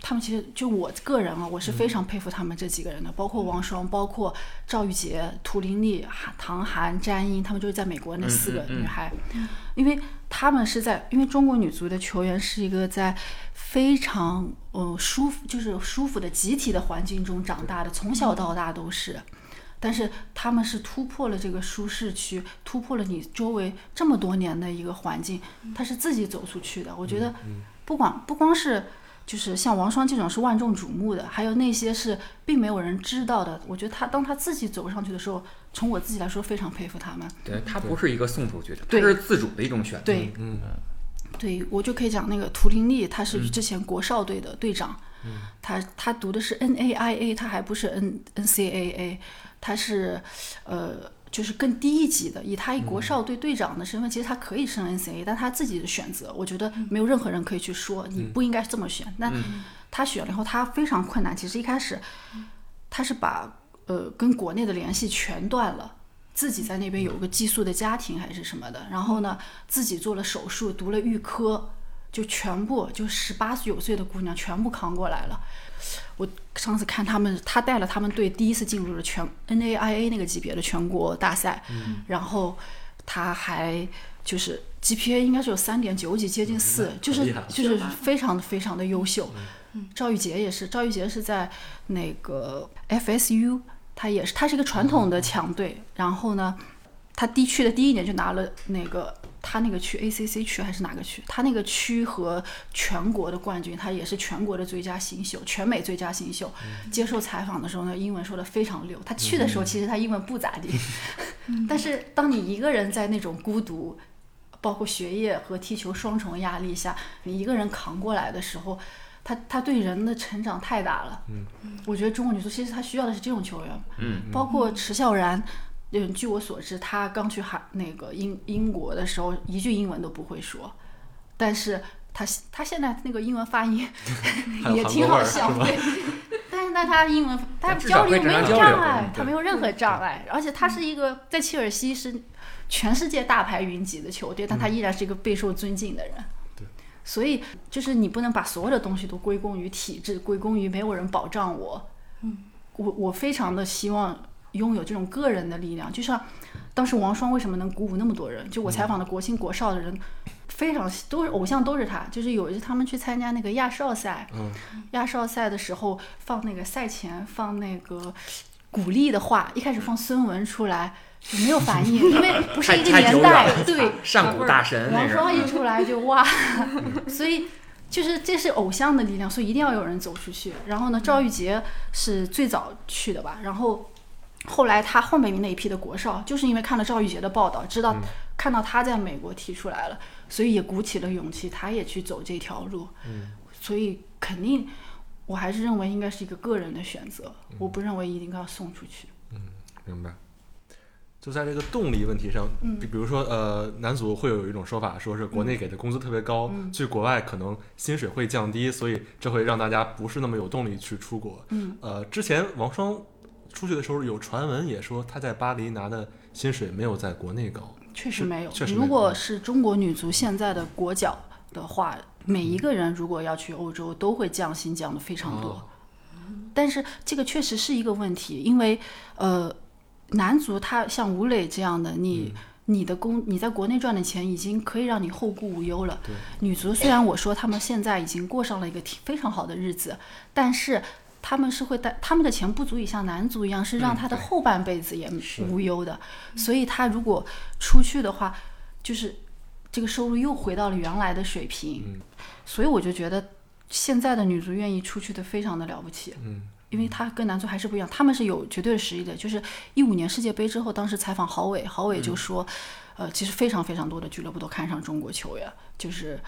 他们其实就我个人啊，我是非常佩服他们这几个人的，包括王霜，包括赵玉洁、涂玲丽、韩唐涵、詹英，她们就是在美国那四个女孩，因为她们是在，因为中国女足的球员是一个在非常呃舒服，就是舒服的集体的环境中长大的，从小到大都是。但是他们是突破了这个舒适区，突破了你周围这么多年的一个环境，他是自己走出去的。我觉得，不管不光是就是像王霜这种是万众瞩目的，还有那些是并没有人知道的。我觉得他当他自己走上去的时候，从我自己来说非常佩服他们。
对他不是一个送出去的，他
对
是自主的一种选择。
对，嗯，对我就可以讲那个涂玲丽，她是之前国少队的队长，她她读的是 NAIA，她还不是 N NCAA，她是呃。就是更低一级的，以她一国少队队长的身份，其实她可以升 NCAA，但她自己的选择，我觉得没有任何人可以去说你不应该这么选。那她选了以后，她非常困难。其实一开始，她是把呃跟国内的联系全断了，自己在那边有个寄宿的家庭还是什么的，然后呢，自己做了手术，读了预科，就全部就十八九岁的姑娘全部扛过来了。我上次看他们，他带了他们队第一次进入了全 NAIA 那个级别的全国大赛，
嗯
然后他还就是 GPA 应该是有三点九几，接近四、就
厉
是
害嗯了
就是非常非常的优秀。赵玉洁也是，赵玉洁是在那个 FSU，他也是他是一个传统的强队，然后呢，他第去的第一年就拿了那个他那个区 ACC 区还是哪个区，他那个区和全国的冠军，他也是全国的最佳新秀，全美最佳新秀。接受采访的时候呢，英文说的非常溜。他去的时候其实他英文不咋地，但是当你一个人在那种孤独。包括学业和踢球双重压力下，你一个人扛过来的时候，他他对人的成长太大了。
嗯
我觉得中国女足其实她需要的是这种球员，
嗯，
包括迟笑然，嗯，据我所知，她刚去韩那个英英国的时候，一句英文都不会说，但是她她现在那个英文发音
还有
也
韩
挺
国味
好
儿
笑，
是吧
对。但是，但她英文，她
至少
交
会
流没有
正常交流
障碍
嗯，对
她
嗯
没有任何障碍，而且她是一个在切尔西是全世界大牌云集的球队，但
嗯
她依然是一个备受尊敬的人。所以就是你不能把所有的东西都归功于体制，归功于没有人保障我。嗯，我我非常的希望拥有这种个人的力量，就像当时王霜为什么能鼓舞那么多人？就我
嗯
采访的国青国少的人，非常都是偶像，都是他。就是有一次他们去参加那个亚少赛，
嗯
亚少赛的时候放那个赛前放那个鼓励的话，一开始放孙文出来。就没有 反应，因为不是一个
太太久远
年代
了，
对，
啊上古大神那
王
是。
双一出来就哇， 所以就是这是偶像的力量，所以一定要有人走出去。然后呢，赵玉洁是最早去的吧，然后后来他后面那一批的国少，就是因为看了赵玉洁的报道，知道、看到他在美国踢出来了，所以也鼓起了勇气，他也去走这条路。所以肯定。我还是认为应该是一个个人的选择，我不认为一定要送出去。
明白。就在这个动力问题上，
嗯
比比如说，呃，男足会有一种说法，说是国内给的工资特别高，
嗯
去国外可能薪水会降低，所以这会让大家不是那么有动力去出国。
嗯，
呃，之前王霜出去的时候有传闻也说他在巴黎拿的薪水没有在国内高。
确
是
实没有。
确实没
如
有
果
嗯
是中国女足现在的国脚的话，每
嗯
一个人如果要去欧洲，都会降薪降的非常多。
哦
但是这个确实是一个问题，因为呃，男足他像吴磊这样的，你、
嗯
你的工你在国内赚的钱已经可以让你后顾无忧了。女足虽然我说他们现在已经过上了一个挺非常好的日子，但是。他们是会带他们的钱不足以像男足一样，是
嗯
让他的后半辈子也无忧的。所以他如果出去的话，就是这个收入又回到了原来的水平。
嗯
所以我就觉得现在的女足愿意出去的非常的了不起。
嗯，
因为她跟男足还是不一样，他们是有绝对的实力的。就是一五年世界杯之后，当时采访郝伟，郝伟
嗯
就说，呃，其实非常非常多的俱乐部都看上中国球员，就是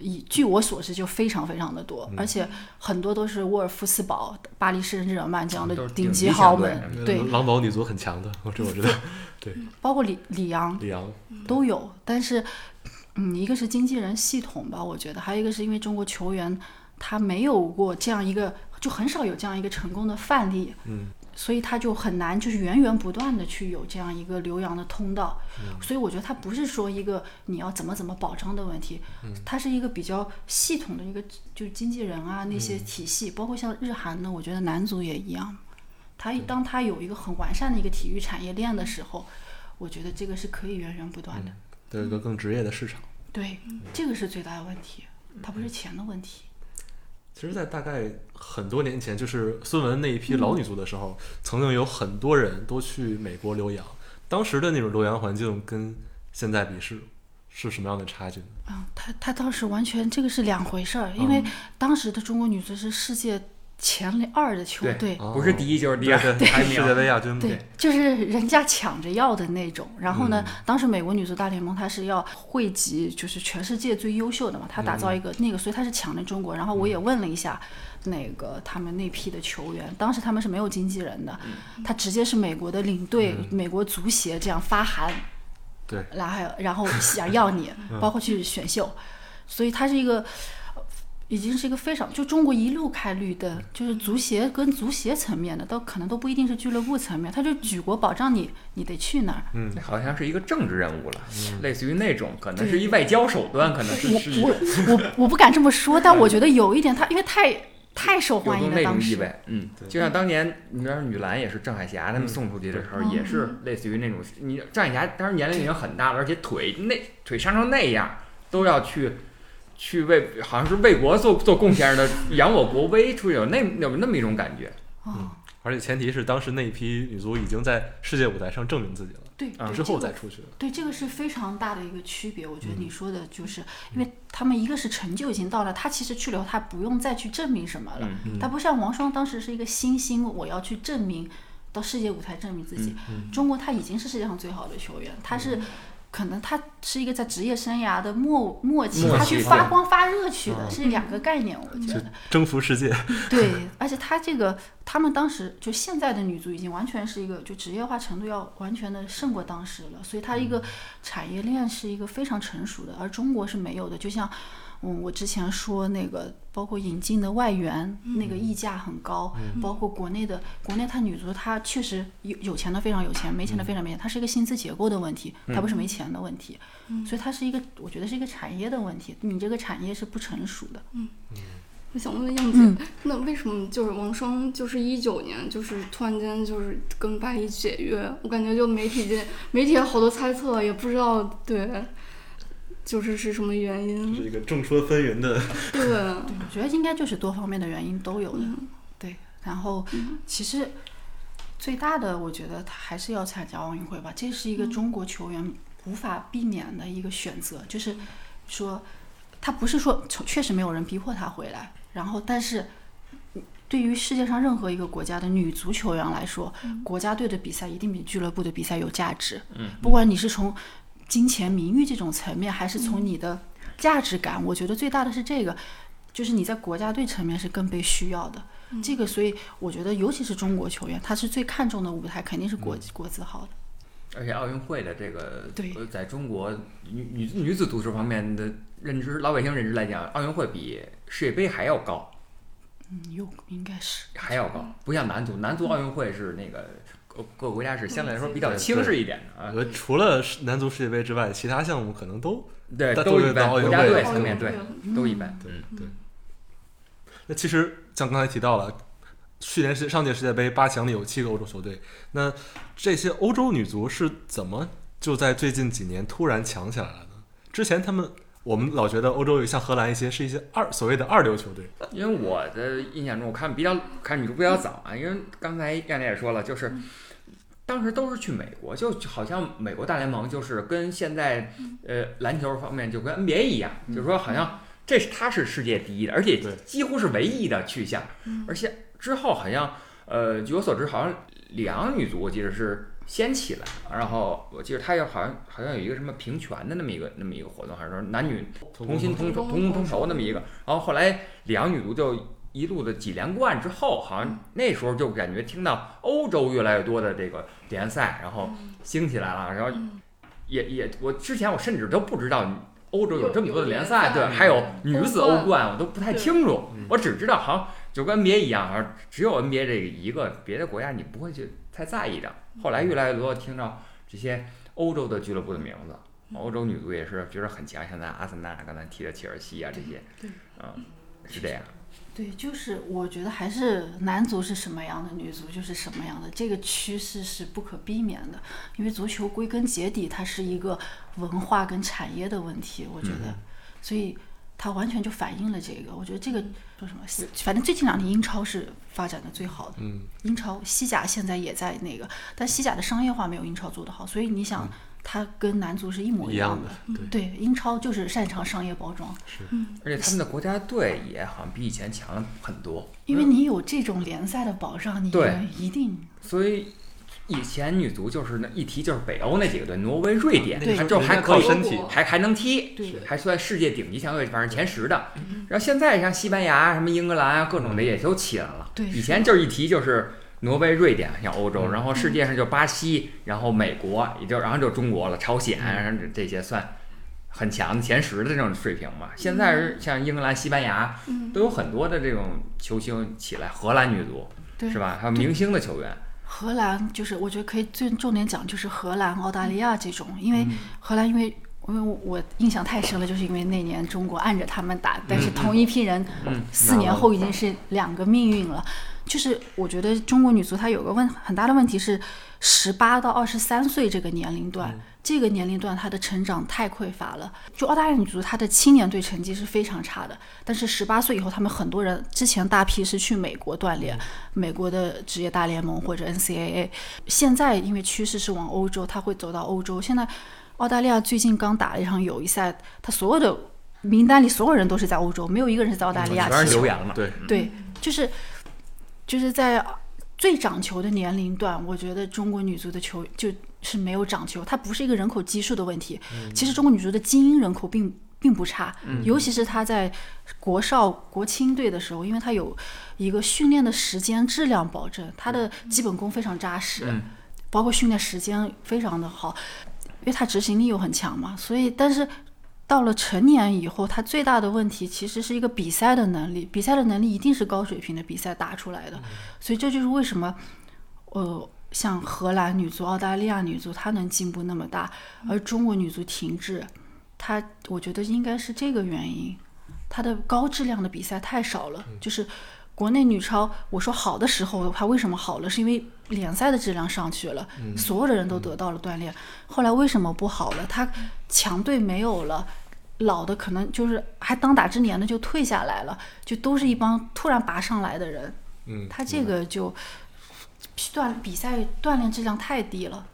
以据我所知就非常非常的多，
嗯
而且很多都是沃尔夫斯堡、巴黎圣日耳曼这样的
嗯都是顶
顶级
级
豪
强队
门，
嗯
对，
狼堡女足很强的，我这我知道，
包括里里昂
里昂
都有，但是，嗯，一个是经纪人系统吧，我觉得，还有一个是因为中国球员他没有过这样一个，就很少有这样一个成功的范例，
嗯，
所以他就很难就是源源不断的去有这样一个留洋的通道，所以我觉得它不是说一个你要怎么怎么保障的问题，它是一个比较系统的一个就是经纪人啊那些体系，包括像日韩呢，我觉得男足也一样。他当他有一个很完善的一个体育产业链的时候，我觉得这个是可以源源不断的。
有一个更职业的市场。
对，这个是最大的问题，它不是钱的问题。
其实，在大概很多年前，就是孙雯那一批老女足的时候，曾经有很多人都去美国留洋。当时的那种留洋环境跟现在比是是什么样的差距呢？
啊，他他当时完全这个是两回事儿，因为当时的中国女足是世界前二的球队，
哦
不是第一就是第二，
对对
排
世
名
界杯亚军嘛，
对，嗯就是人家抢着要的那种。然后呢，当时美国女足大联盟它是要汇集就是全世界最优秀的嘛，它打造一个那个，所以它是抢着中国。然后我也问了一下，那个他们那批的球员，当时他们是没有经纪人的，他直接是美国的领队、美国足协这样发函，
对，
然后还有然后想要 你，包括去选秀，所以它是一个。已经是一个非常就中国一路开绿灯，就是足协跟足协层面的，都可能都不一定是俱乐部层面，他就举国保障你，你得去哪儿。
那好像是一个政治任务了，类似于那种，可能是一外交手段，可能是是一
我
种
我我我不敢这么说，但我觉得有一点他，因为太太受
有
欢迎
种
了，
那种
当
意
时啊
味。嗯，就像当年你比方说女篮也是郑海霞他们送出去的时
嗯
候，也
哦
是类似于那种，你郑海霞当时年龄已经很大了，而且腿那腿伤成那样，都要去。去为好像是为国做做贡献似的，扬我国威，出去有那有那么一种感觉。
哦，
而且前提是当时那一批女足已经在世界舞台上证明自己了，
对，对
啊之后
这个
再出去。
对，这个是非常大的一个区别。我觉得
嗯
你说的就是，因为他们一个是成就已经到了，他其实去了，他不用再去证明什么了。
嗯
他不像王霜当时是一个新星，我要去证明到世界舞台证明自己。
嗯
中国他已经是世界上最好的球员，他是。可能他是一个在职业生涯的末末期，
末
他
期
去
对嗯
发光发热去的，是两个概念，我觉
就
得。
征服世界，
对，而且他这个，他们当时就现在的女足已经完全是一个就职业化程度要完全的胜过当时了，所以它一个产业链是一个非常成熟的，而中国是没有的。就像，嗯，我之前说那个，包括引进的外援，那个溢价很高，包括国内的国内，它女足它确实有有钱的非常有钱，没钱的非常没钱，它是一个薪资结构的问题，它不是没钱的问题，所以它是一个我觉得是一个产业的问题，你这个产业是不成熟的。
我想问样子，
嗯
那为什么就是王霜就是一九年就是突然间就是跟巴黎解约？我感觉就媒体界媒体有好多猜测，也不知道对，就是是什么原因。
一个众说纷纭的。
对，
我觉得应该就是多方面的原因都有的，对。然后其实最大的，我觉得他还是要参加奥运会吧，这是一个中国球员无法避免的一个选择，就是说他不是说确实没有人逼迫他回来，然后但是。对于世界上任何一个国家的女足球员来说，国家队的比赛一定比俱乐部的比赛有价值。嗯，不管你是从金钱、名誉这种层面，还是从你的价值感，我觉得最大的是这个。就是你在国家队层面是更被需要的。这个，所以我觉得，尤其是中国球员，他是最看重的舞台，肯定是国、国字号的。
而且奥运会的这个，
对
呃在中国女女女子足球方面的认知，老百姓认知来讲，奥运会比世界杯还要高，
嗯，有应该是
还要高，不像男足，男足奥运会是那个各各个国家是相对来说比较
嗯对
轻视一点的啊
我觉，得呃除了是男足世界杯之外，其他项目可能都
对，
但
都
都是
一般，
到奥运
国家
会
队
的嗯
层面对
嗯
都一般，
对对。那其实像刚才提到了，去年是上届世界杯八强里有七个欧洲球队，那这些欧洲女足是怎么就在最近几年突然强起来了呢？之前他们我们老觉得欧洲有像荷兰一些是一些二所谓的二流球队，
因为我的印象中，我看比较看女足比较早啊，因为刚才燕丽也说了，就是当时都是去美国，就就好像美国大联盟就是跟现在呃篮球方面就跟 NBA 一样，就是说好像这是它是世界第一的，而且
对
几乎是唯一的去向，而且之后好像呃据我所知，好像里昂女足我记得是。先起来，然后我记得他有好像好像有一个什么平权的那么一个那么一个活动，还是说男女同心同酬同工同酬那么一个，然后后来两女足就一路的几连冠之后，好像那时候就感觉听到欧洲越来越多的这个联赛，然后兴起来了，然后也也我之前我甚至都不知道欧洲有这么多的联赛，
有
对，
联赛
还有女子欧
欧
冠，我都不太
对
清楚，我只知道好像就跟 NBA 一样，好像只有 NBA 这一个，别的国家你不会去太在意的。后来越来越多听到这些欧洲的俱乐部的名字。欧洲女足也是觉得很强，像咱阿森纳刚才提的切尔西啊这些，嗯，是这样。
对，就是我觉得还是男足是什么样的，女足就是什么样的，这个趋势是不可避免的。因为足球归根结底，它是一个文化跟产业的问题，我觉得，所以它完全就反映了这个。我觉得这个说什么，反正最近两年英超是发展的最好的，
嗯，
英超、西甲现在也在那个，但西甲的商业化没有英超做得好，所以你想，它跟男足是一模
一样
的。
的，对，
对，英超就是擅长商业包装，
而且他们的国家队也好像比以前强了很多，
因为你有这种联赛的保障，你
对
一定
所以以前女足就是那一提就是北欧那几个队，挪威、瑞典，
对
还就还可
靠
以，
身体，
还还能踢，
对嗯
还算世界顶级强队，反正前十的。然后现在像西班牙、什么英格兰啊，各种的也都起来了。
对嗯
以前就是一提就是挪威、瑞典像欧洲，然后世界上就巴西，然后美国，也就然后就中国了，朝鲜
嗯
然后这这些算。很强的前十的这种水平嘛，现在是
嗯
像英格兰、西班牙
嗯
都有很多的这种球星起来，荷兰女足
对
是吧？还有明星的球员，
荷兰就是我觉得可以最重点讲就是荷兰、澳大利亚这种，
嗯
因为荷兰因为。因为我我印象太深了，就是因为那年中国按着他们打，但是同一批人
嗯
四年后已经是两个命运了。就是我觉得中国女足她有个问很大的问题是，十八到二十三岁这个年龄段，
嗯
这个年龄段他的成长太匮乏了。就澳大利亚女足，她的青年队成绩是非常差的，但是十八岁以后，他们很多人之前大批是去美国锻炼，美国的职业大联盟或者 NCAA，现在因为趋势是往欧洲，他会走到欧洲。现在澳大利亚最近刚打了一场友谊赛，他所有的名单里所有人都是在欧洲，没有一个人是在澳大利亚
全
踢
嗯是
球
留洋了。
对，
对，就是就是在最长球的年龄段，我觉得中国女足的球就是没有长球，它不是一个人口基数的问题。其实中国女足的精英人口并并不差，尤其是她在国少、国青队的时候，因为她有一个训练的时间质量保证，她的基本功非常扎实，包括训练时间非常的好，因为她执行力又很强嘛，所以但是。到了成年以后，他最大的问题其实是一个比赛的能力，比赛的能力一定是高水平的比赛打出来的，所以这就是为什么，呃，像荷兰女足、澳大利亚女足，她能进步那么大，而中国女足停滞，她我觉得应该是这个原因，她的高质量的比赛太少了，就是。国内女超，我说好的时候，她为什么好了？是因为联赛的质量上去了，所有的人都得到了锻炼。后来为什么不好了？她强队没有了，老的可能就是还当打之年的就退下来了，就都是一帮突然拔上来的人，
嗯，
他这个就锻比赛锻炼质量太低了。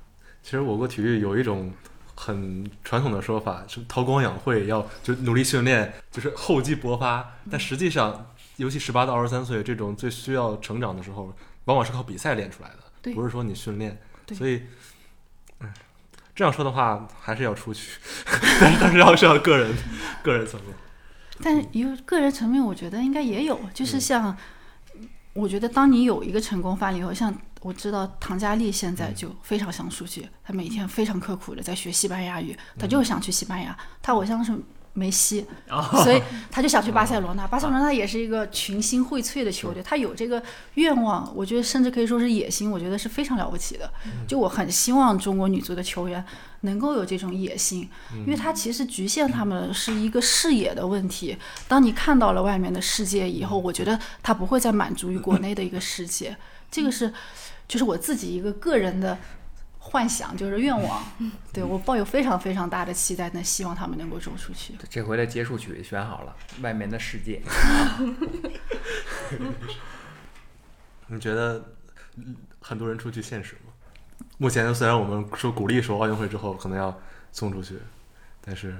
其实我国体育有一种很传统的说法，是韬光养晦，要就努力训练，就是厚积薄发。但实际上，尤其十八到二十三岁这种最需要成长的时候，往往是靠比赛练出来的，
对
不是说你训练。
对
所以，嗯，这样说的话，还是要出去， 但是但是要是要个人 个人层面。
但是有个人层面，我觉得应该也有，就是像，我觉得当你有一个成功范例以后，像我知道唐佳丽现在就非常想出去，她每天非常刻苦的在学西班牙语，她就是想去西班牙，她偶像是梅西，所以她就想去巴塞罗那。巴塞罗那也是一个群星荟萃的球队，她有这个愿望，我觉得甚至可以说是野心，我觉得是非常了不起的。就我很希望中国女足的球员能够有这种野心，因为它其实局限他们是一个视野的问题。当你看到了外面的世界以后，我觉得它不会再满足于国内的一个世界。这个是，就是我自己一个个人的幻想，就是愿望。对我抱有非常非常大的期待，那希望他们能够走出去。
这回的结束曲选好了，《外面的世界》
你觉得嗯很多人出去现实吗？目前虽然我们说鼓励说奥运会之后可能要送出去，但是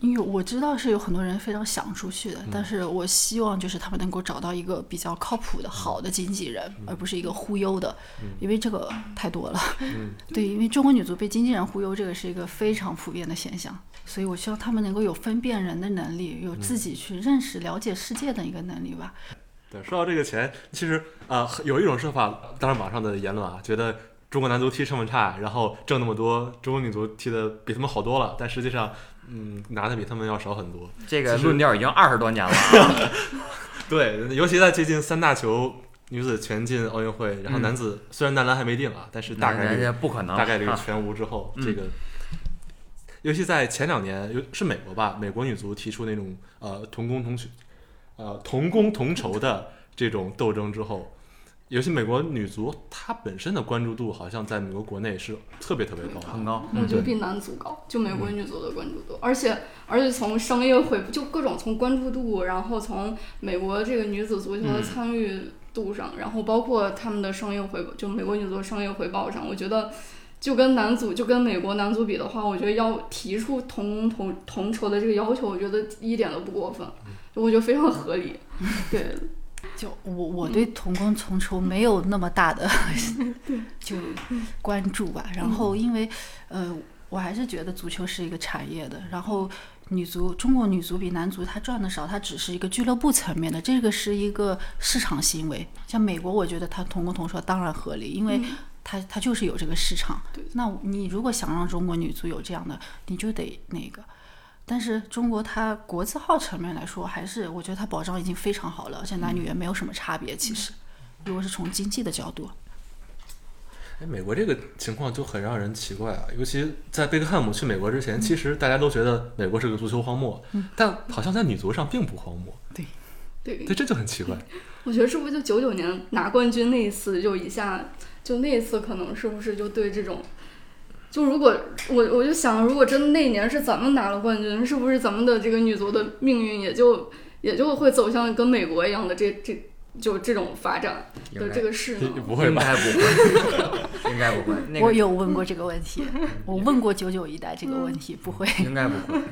因为我知道是有很多人非常想出去的，但是我希望就是他们能够找到一个比较靠谱的、好的经纪人，而不是一个忽悠的，因为这个太多了。 对，因为中国女足被经纪人忽悠，这个是一个非常普遍的现象，所以我希望他们能够有分辨人的能力，有自己去认识、了解世界的一个能力吧。
对，说到这个钱，其实啊、呃有一种说法，当然网上的言论啊，觉得中国男足踢这么差，然后挣那么多，中国女足踢的比他们好多了，但实际上，嗯，拿的比他们要少很多。
这个
其实
论调已经二十多年了啊，
对，尤其在接近三大球女子全进奥运会，然后男子、虽然男篮还没定啊，但是大概
人
率
家不可能，
大概率
啊
全无之后，
嗯
这个，尤其在前两年，尤是美国吧，美国女足提出那种呃同工同酬，呃同工同酬的这种斗争之后，尤其美国女足她本身的关注度好像在美国国内是特别特别高的，
很高。
我觉
嗯
对
得比男足高，就美国女足的关注度，而且而且从商业回就各种从关注度，然后从美国这个女子足球的参与度上，然后包括他们的商业回报，就美国女足的商业回报上，我觉得就跟男足就跟美国男足比的话，我觉得要提出同同同酬的这个要求，我觉得一点都不过分，我觉得非常合理， 对，
就我我对童工同酬没有那么大的 就关注吧。然后因为呃，我还是觉得足球是一个产业的。然后女足，中国女足比男足她赚的少，它只是一个俱乐部层面的，这个是一个市场行为。像美国，我觉得它同工同酬当然合理，因为它它就是有这个市场
对。
那你如果想让中国女足有这样的，你就得那个。但是中国它国字号层面来说，还是我觉得它保障已经非常好了，而且男
嗯
女也没有什么差别。其实，如果是从经济的角度，
哎，美国这个情况就很让人奇怪啊，尤其在贝克汉姆去美国之前，其实大家都觉得美国是个足球荒漠，
嗯
但好像在女足上并不荒漠，
对
对，这就很奇怪。
我觉得是不是就九九年拿冠军那一次，就一下就那一次可能是不是就对这种，就如果我我就想，如果真的那一年是咱们拿了冠军，是不是咱们的这个女足的命运也就也就会走向跟美国一样的这这就这种发展
应
的
该
这个势呢？
不会
应
吧？
该不会，应该不会，那
我
个嗯
有问过这个问题，我问过九九一代这个问题，不会。
应该不会，嗯，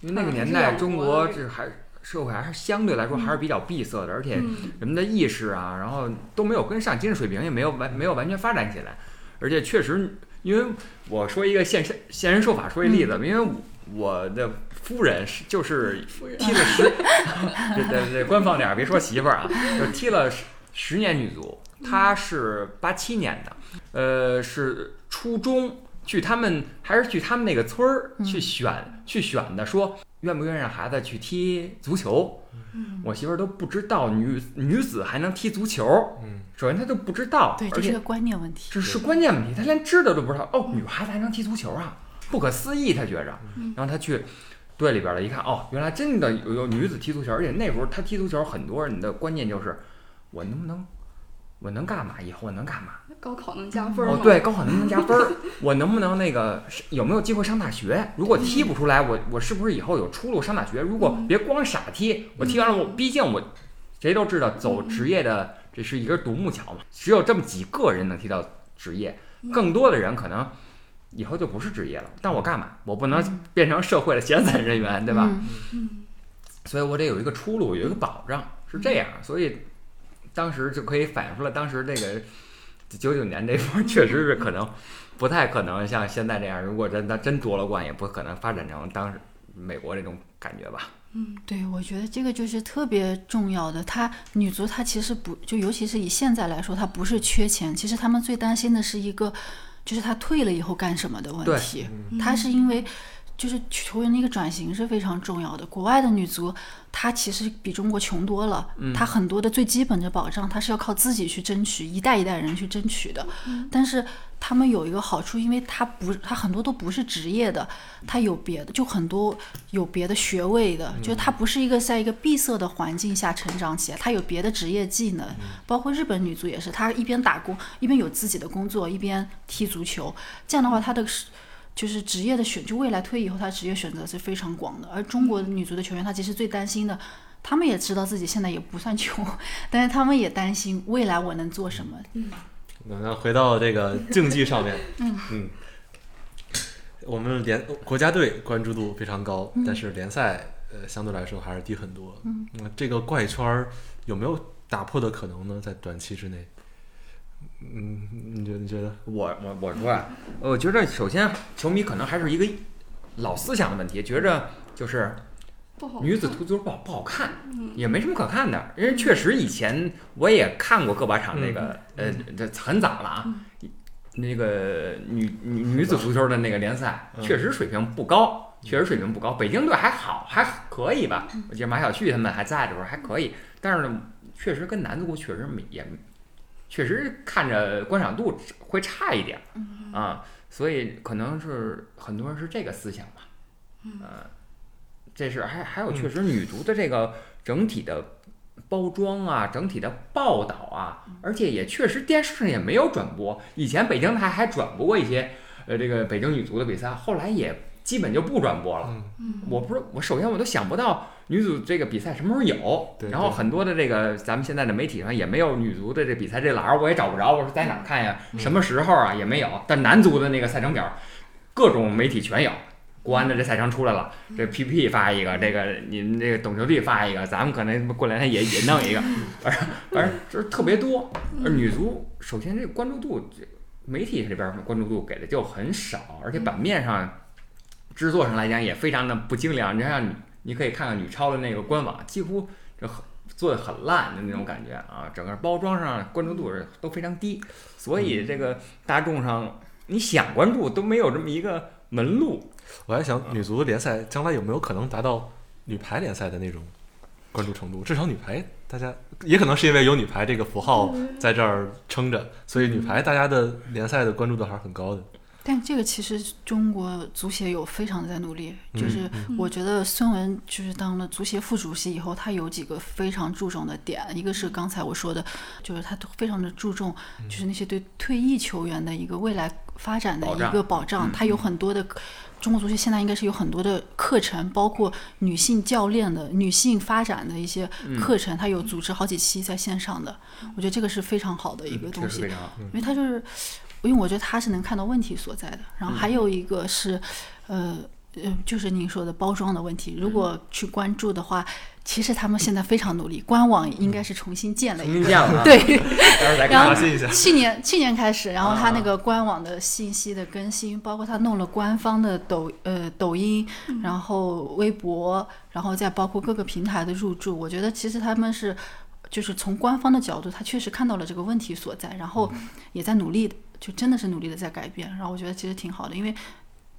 因为那个年
还是
代
两
中
国
国
的
这还社会还是相对来说还是比较闭塞的，而且
嗯，
人们的意识啊，然后都没有跟上，精神水平也没有完没有完全发展起来，而且确实，因为我说一个现身现身说法说一例子，因为我的夫人是就是踢了十，对对对，官方点儿，别说媳妇儿啊，就踢了十十年女足，她是八七年的，呃，是初中去他们还是去他们那个村儿
嗯
去选、去选的，说愿不愿意让孩子去踢足球。我媳妇儿都不知道女女子还能踢足球，
嗯，
首先她就不知道，
对，
而
这是
且
个观念问题。
这是关键问题，她连知道都不知道。哦，女孩子还能踢足球啊，不可思议，她觉着。
嗯
然后她去队里边儿了，一看，哦，原来真的有有女子踢足球，而且那时候她踢足球，很多人的观念就是，我能不能，我能干嘛？以后我能干嘛？
高考能加分
哦
吗？，
对，高考能不能加分儿？我能不能那个是有没有机会上大学？如果踢不出来，我我是不是以后有出路上大学？如
嗯
果别光傻踢，我踢完了，我毕竟我谁都知道走
嗯
职业的这是一根独木桥嘛，只有这么几个人能踢到职业，
嗯
更多的人可能以后就不是职业了。但我干嘛？我不能变成社会的闲散人员，对吧？
嗯
嗯，
所以我得有一个出路，有一个保障，是这样。所以当时就可以反映出来，当时这个九九年这波 确实是可能不太可能像现在这样，如果真的真夺了冠，也不可能发展成当时美国这种感觉吧。
对，我觉得这个就是特别重要的。她女足，她其实不就，尤其是以现在来说，她不是缺钱，其实他们最担心的是一个，就是她退了以后干什么的问
对
题。她是因为就是球员的一个转型是非常重要的。国外的女足，她其实比中国穷多了，她很多的最基本的保障，她是要靠自己去争取，一代一代人去争取的。但是他们有一个好处，因为她不，她很多都不是职业的，她有别的，就很多有别的学位的，就是她不是一个在一个闭塞的环境下成长起来，她有别的职业技能。包括日本女足也是，她一边打工，一边有自己的工作，一边踢足球。这样的话，她的是就是职业的选，就未来退役以后，她职业选择是非常广的。而中国的女足的球员，她其实最担心的，他们也知道自己现在也不算穷， 但是他们也担心未来我能做什么。
那那回到这个竞技上面，嗯我们联国家队关注度非常高，但是联赛呃相对来说还是低很多。嗯，这个怪圈儿有没有打破的可能呢？在短期之内，嗯，你觉得？你觉得？
我我我说啊，我觉着首先球迷可能还是一个老思想的问题，觉着就是
不好。
女子足球不好不好看，也没什么可看的。因为确实以前我也看过个把场那个，呃，这很早了啊。
嗯
那个女女女子足球的那个联赛，
嗯
确实水平不高，确实水平不高。北京队还好，还可以吧？我记得马晓旭他们还在的时候还可以，但是呢，确实跟男足确实没也确实看着观赏度会差一点
嗯
儿啊，所以可能是很多人是这个思想吧，呃，这是还还有确实女足的这个整体的包装啊，整体的报道啊，而且也确实电视上也没有转播，以前北京台还转播过一些呃这个北京女足的比赛，后来也基本就不转播
嗯
了。我不是我首先我都想不到女足这个比赛什么时候有，
对
然后
对
很多的这个咱们现在的媒体上也没有女足的这比赛这栏儿，我也找不着，我说在哪儿看呀？
嗯
什么时候啊？也没有。但男足的那个赛程表，各种媒体全有。国安的这赛程出来了，
嗯
这 PP 发一个，这个你们这个懂球帝发一个，咱们可能过两天也也弄一个，
嗯
反正反正就是特别多。而女足首先这个关注度，这媒体这边儿关注度给的就很少，
嗯
而且版面上制作上来讲也非常的不精良。你看，你可以看看女超的那个官网，几乎这很做的很烂的那种感觉啊，整个包装上关注度是都非常低，所以这个大众上你想关注都没有这么一个门路。
我还想女足联赛将来有没有可能达到女排联赛的那种关注程度？至少女排大家也可能是因为有女排这个符号在这儿撑着，所以女排大家的联赛的关注度还是很高的。
但这个其实中国足协有非常在努力，
嗯
就是我觉得孙文就是当了足协副主席以后，他有几个非常注重的点，一个是刚才我说的，就是他都非常的注重，
嗯
就是那些对退役球员的一个未来发展的
保障嗯
一个保障，他有很多的。中国足球现在应该是有很多的课程，包括女性教练的、女性发展的一些
嗯
课程，他有组织好几期在线上的，我觉得这个是非常好的一个东
确实
西
非。常好。
因为他就是，因为我觉得他是能看到问题所在的。然后还有一个是，呃呃，就是您说的包装的问题，如果去关注的话，其实他们现在非常努力，官网应该是重新建了一
您
个。
见 了啊，
对，
待会儿再
然
看
后
啊。
刷新一下
去年去年开始，然后他那个官网的信息的更新，包括他弄了官方的抖呃抖音，然后微博，然后再包括各个平台的入驻，我觉得其实他们是。就是从官方的角度，他确实看到了这个问题所在，然后也在努力的，就真的是努力的在改变。然后我觉得其实挺好的，因为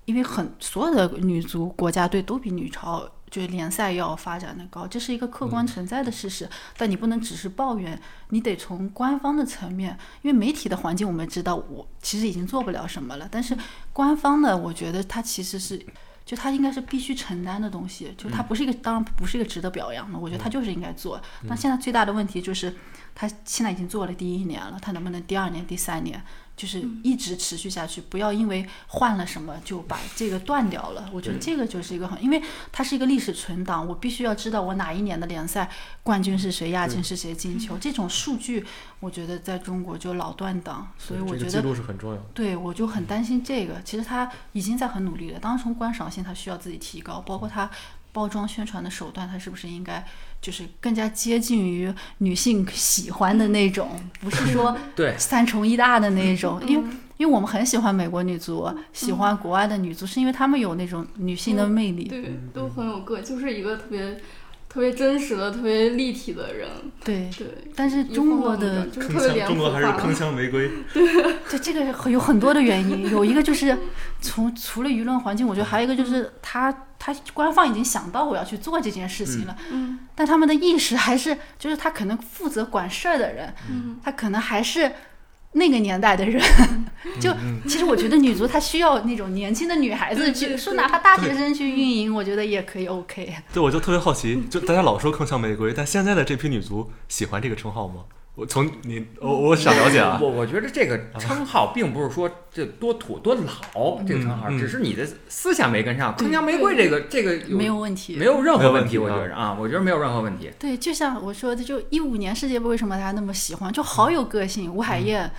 因为很所有的女足国家队都比女超就是联赛要发展的高，这是一个客观存在的事实。但你不能只是抱怨，你得从官方的层面，因为媒体的环境我们知道，我其实已经做不了什么了。但是官方呢，我觉得它其实是。就它应该是必须承担的东西，就它不是一个，当然不是一个值得表
嗯
扬的，我觉得它就是应该做。但现在最大的问题就是，它现在已经做了第一年了，它能不能第二年、第三年，就是一直持续下去，不要因为换了什么就把这个断掉了。我觉得这个就是一个很，因为它是一个历史存档，我必须要知道我哪一年的联赛冠军是谁，亚军是谁，进球这种数据，我觉得在中国就老断档，所以我
这
觉
个记
得
录是很重要的。
对，我就很担心这个。其实他已经在很努力了，当然从观赏性他需要自己提高，包括他包装宣传的手段，他是不是应该就是更加接近于女性喜欢的那种，不是说
对
三重一大的那一种，
嗯
因为。因为我们很喜欢美国女足，喜欢国外的女足，是因为她们有那种女性的魅力。
对，都很有个，就是一个特别特别真实的、特别立体的人。
对，
对，
但是中国的
一放到那边就是
铿
特别
锵，
脸
中
谱
国
化
还是铿锵 玫瑰，
对，这个是很有很多的原因，有一个 就是从除了舆论环境，我觉得还有一个就是他他官方已经想到我要去做这件事情了，
嗯
但他们的意识还是就是他可能负责管事儿的人，
嗯
他可能还是。那个年代的人， 就其实我觉得女足她需要那种年轻的女孩子
对
去，
对
说
对
哪怕大学生去运营，我觉得也可以 OK。
对，我就特别好奇，就大家老说铿锵玫瑰，但现在的这批女足喜欢这个称号吗？我从你，我我想了解啊
我，我觉得这个称号并不是说这多土多老这个称号，
嗯嗯
只是你的思想没跟上。铿锵玫瑰这个这个
没有问题，
没有任
没
何
有
问
问
题，
题
我觉
啊
着啊，我觉得没有任何问题。
对，就像我说的，就一五年世界杯为什么大家那么喜欢，就
嗯
好有个性。吴海燕，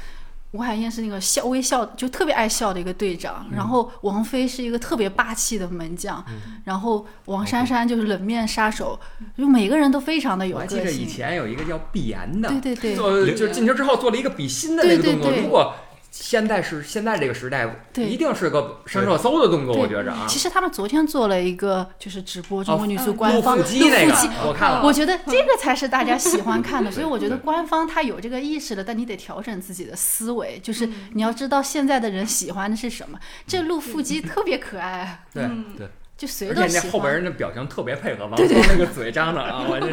吴海燕是那个笑微笑，就特别爱笑的一个队长。
嗯
然后王菲是一个特别霸气的门将，然后王珊珊就是冷面杀手，就每个人都非常的有
我还
个
记
性。
得以前有一个叫碧岩的，
对对对
做就是进球之后做了一个比心的那个动作。
对对对
如果现在是现在这个时代，
对
一定是个上热搜的动作，
对
我觉着啊。
其实他们昨天做了一个就是直播
哦
中国女足
嗯
官方
腹肌那
腹
个
肌，嗯
我看了，
我觉得这个才是大家喜欢看的，所以我觉得
对
官方他有这个意识了，但你得调整自己的思维，就是你要知道现在的人喜欢的是什么。这露腹肌特别可爱啊，
对，
嗯，
就谁
而
都
且
喜
那
欢。
后边人的表情特别配合，王芳那个嘴张着啊，我这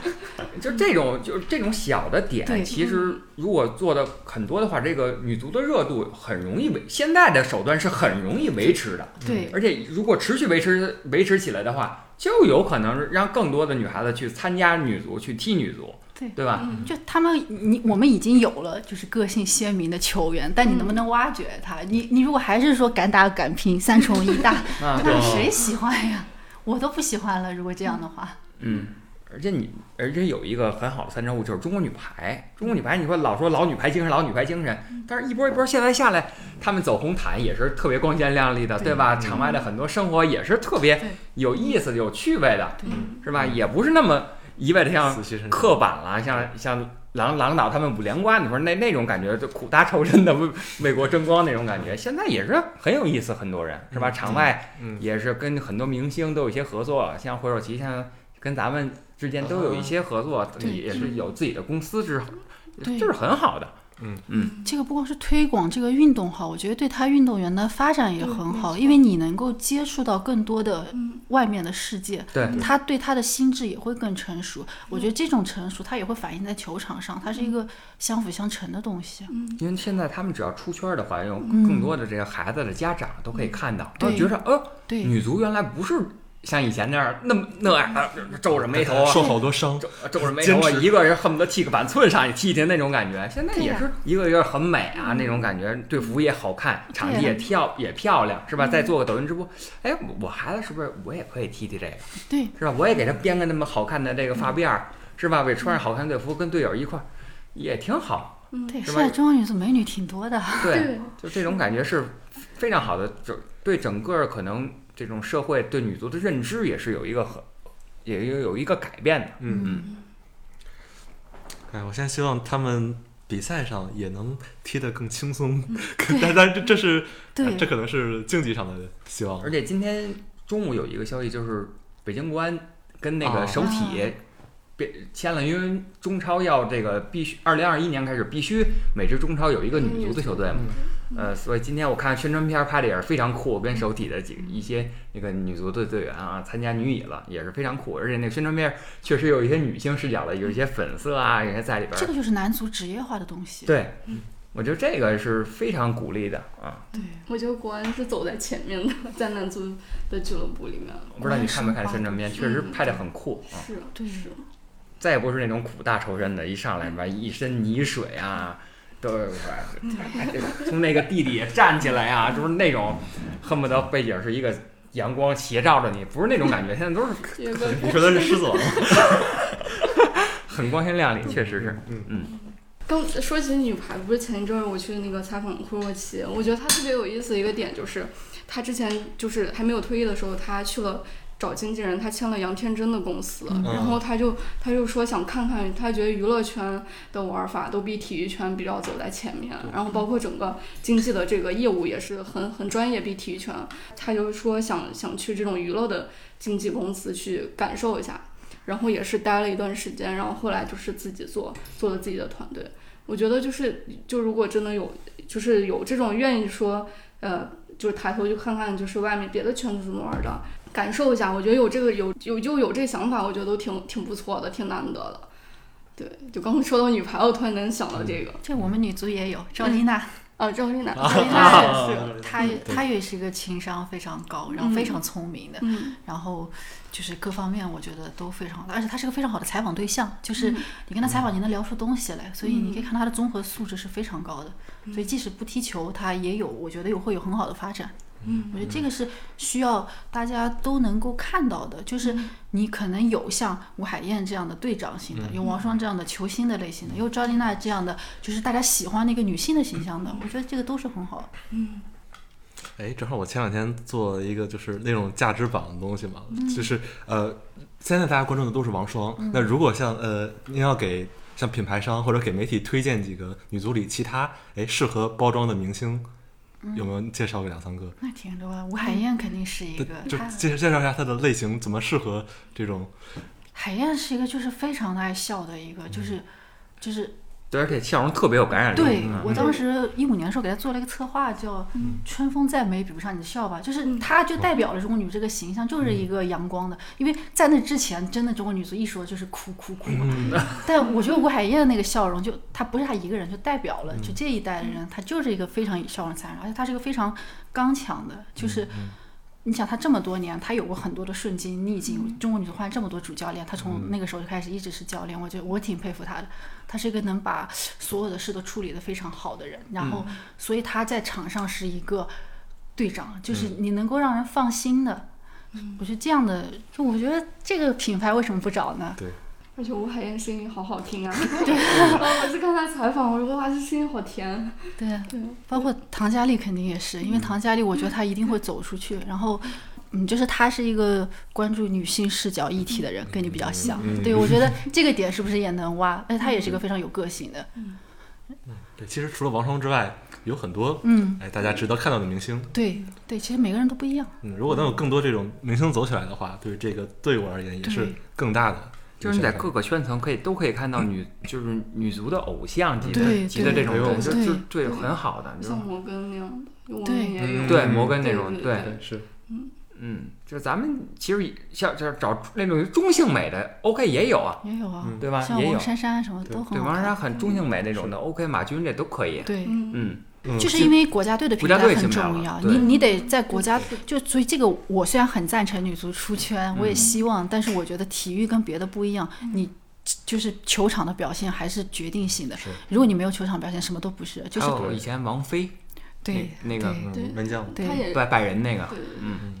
就这种就是这种小的
对
点，其实如果做的很多的话，这个女足的热度很容易维，现在的手段是很容易维持的，
对
而且如果持续维持维持起来的话，就有可能让更多的女孩子去参加女足，去踢女足，
对
对吧？
嗯
就他们，你我们已经有了就是个性鲜明的球员，但你能不能挖掘他？你你如果还是说敢打敢拼三重一大，
啊，
那谁喜欢呀？我都不喜欢了。如果这样的话，
嗯，而且你，而且有一个很好的参照物就是中国女排。中国女排，你说老说老女排精神，老女排精神，
嗯
但是一波一波现在下来，他们走红毯也是特别光鲜亮丽的，对吧？场外的很多生活也是特别
对
有意思、有趣味的，
嗯
是吧？也不是那么一味的像
死气沉沉。
刻板了，像像郎郎导他们五连冠，你说那那种感觉，就苦大仇深的为为国争光那种感觉，现在也是很有意思，很多人是吧？场外
嗯
也是跟很多明星都有一些合作，像回首奇，像跟咱们之间都有一些合作，
对
也是有自己的公司之后，
对
这是很好的。
这个不光是推广这个运动好，我觉得对他运动员的发展也很好，因为你能够接触到更多的外面的世界，
对
他对他的心智也会更成熟。我觉得这种成熟，他也会反映在球场上，它是一个相辅相成的东西。
因为现在他们只要出圈儿的话，有更多的这个孩子的家长都可以看到，都
对
觉着，呃，
对，
女足原来不是像以前那样那么那样啊，皱着眉头啊，
受好多伤，
皱皱着眉头啊，
坚持
一个人恨不得剃个板寸上去剃剃那种感觉，现在也
对
是一个一个很美啊那种感觉，队服也好看，场地也跳也漂亮，
嗯
是吧？再做个抖音直播，哎，我我孩子是不是我也可以剃剃这个，
对，
是吧？我也给他编个那么好看的这个发辫儿，是吧？我也穿上好看的队服，跟队友一块儿也挺好，
对，
是
现
吧啊
在中国女足美女挺多的。
对。
对，
就这种感觉是非常好的，整对整个可能这种社会对女足的认知也是有一个很，也有有一个改变的。
嗯
嗯
哎，我现在希望他们比赛上也能踢得更轻松， 但但这这是
嗯对
这可能是竞技上的希望
而。且今天中午有一个消息，就是北京国安跟那
哦
个首
啊
体别签了，因为中超要这个必须，二零二一年开始必须每支中超有一个女足的球队嘛。呃，所以今天我看宣传片拍的也是非常酷，跟首体的几一些那个女足的队员啊参加女乙了，也是非常酷。而且那个宣传片确实有一些女性视角的，有一些粉色啊，有一些在里边
这
儿。
个就是男足职业化的东西。
对，我觉得这个是非常鼓励的啊！
对，
我觉得国安是走在前面的，在男足的俱乐部里面，
我不知道你看没看宣传片，确实拍的很酷啊。
是
对
是，
再也不是那种苦大仇深的，一上来吧，一身泥水啊，都是哎从那个地底下站起来啊，就是那种恨不得背景是一个阳光斜照着你，不是那种 感觉。现在都是
有个
你说的是狮子王，
很光鲜亮丽，确实是。
嗯，
刚说起女排，不是前一阵儿我去那个采访库洛奇，我觉得她特别有意思的一个点就是，她之前就是还没有退役的时候，她去了找经纪人，她签了杨天真的公司，然后她就她就说想看看，她觉得娱乐圈的玩法都比体育圈比较走在前面，然后包括整个经济的这个业务也是很很专业，比体育圈，她就说想想去这种娱乐的经纪公司去感受一下。然后也是待了一段时间，然后后来就是自己做做了自己的团队，我觉得就是，就如果真的有，就是有这种愿意说，呃，就是抬头去看看，就是外面别的圈子怎么玩的，感受一下。我觉得有这个有有就有这想法，我觉得都挺挺不错的，挺难得的。对，就刚刚说到女排，我突然能想到这个，
这我们女足也有赵丽娜，
啊，赵丽娜，
赵丽
啊
娜也是，她也
啊对
她也是一个情商非常高，然后非常聪明的，
嗯
然后就是各方面我觉得都非常，而且她是个非常好的采访对象，就是你跟她采访，你能聊出东西来，所以你可以看她的综合素质是非常高的，所以即使不踢球，她也有，我觉得有会有很好的发展。
嗯，
我觉得这个是需要大家都能够看到的，就是你可能有像吴海燕这样的队长型的，
嗯
有王霜这样的球星的类型的，有赵丽娜这样的，就是大家喜欢的一个女性的形象的，我觉得这个都是很好的。
哎，正好我前两天做了一个就是那种价值榜的东西嘛，就是呃，现在大家关注的都是王霜。那如果像呃，您要给像品牌商或者给媒体推荐几个女足里其他哎适合包装的明星，有没有介绍个两三个？
那挺多啊，吴海燕肯定是一
对
个，
就
她
介介绍一下它的类型，怎么适合这种
海燕是一个就是非常爱笑的一个，就是就是
对，而且笑容特别有感染力。
对
嗯
我当时一五年的时候给他做了一个策划，叫《春风再美比不上你的笑吧》，就是她就代表了中国女这个形象，就是一个阳光的。因为在那之前，真的中国女足一说就是哭哭
嗯
哭， 但我觉得吴海燕那个笑容就，她不是她一个人，就代表了就这一代的人，她就是一个非常笑容灿烂，而且她是一个非常刚强的，就是。你想她这么多年，她有过很多的顺境逆境。中国女足换了这么多主教练，她从那个时候就开始一直是教练，我觉得我挺佩服她的。她是一个能把所有的事都处理得非常好的人，然后所以她在场上是一个队长，就是你能够让人放心的。我觉得这样的，就我觉得这个品牌为什么不找呢？
而且吴海燕声音好好 听啊！对，我是看她采访，我说哇，这声音好甜。啊
对，
对，
包括唐佳丽肯定也是，
嗯
因为唐佳丽，我觉得她一定会走出 去。然后，嗯，就是她是一个关注女性视角议题的
嗯
人，跟你比较像。对，我觉 得这个点是不是也能挖？哎而且她也是一个非常有个性的。
对，其实除了王霜之外，有很多
嗯，
哎大家值得看到的明星。
对对，其实每个人都不一样。
嗯，如果能有更多这种明星走起来的话，对于这个队伍而言也是
对
更大的
就是你在各个圈层可以都可以看到女，就是女足的偶像级的
对
级的这种人，
对
就
对
就对很好的，就是
像摩根那样的，我
嗯对
们也有
对
嗯
摩根那种，
对
对，
对是
嗯，就咱们其实也像就是找那种中性美的，OK 也有啊，
也有啊，
嗯
对吧？
像
也有
王，珊珊什么都
对
很好
王珊
看。
珊很中性美那种的，OK 马军这都可以，
对，
嗯，
嗯，
嗯
就是因为国家队的
国
平
家
台
队进
很
不了
重
了
要，
对
你你得在国家就所以这个我虽然很赞成女足出圈，
嗯
我也希望，但是我觉得体育跟别的不一样，你就是球场的表现还是决定性的
是。
如果你没有球场表现，什么都不是，就是
还有以前王菲
对
那那个
对
对
嗯门将
他
对
也
拜拜仁那个，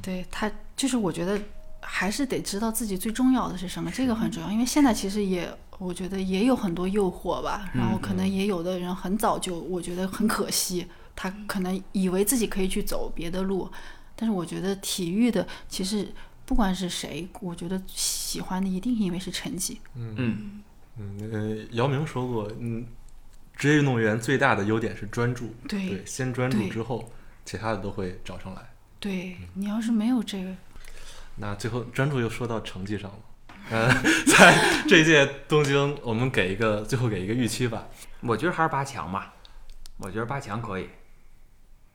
对
对，他就是我觉得还是得知道自己最重要的是什么，这个很重要，因为现在其实也。我觉得也有很多诱惑吧，然后可能也有的人很早就，我觉得很可惜，他可能以为自己可以去走别的路，但是我觉得体育的其实不管是谁，我觉得喜欢的一定因为是成绩，
嗯，
嗯呃，姚明说过，嗯，职业运动员最大的优点是专注，
对
对，先专注
对
之后，其他的都会找上来。
对你要是没有这个，
那最后专注又说到成绩上了。 呃，在这届东京，我们给一个最后给一个预期吧。
我觉得还是八强吧，我觉得八强可以，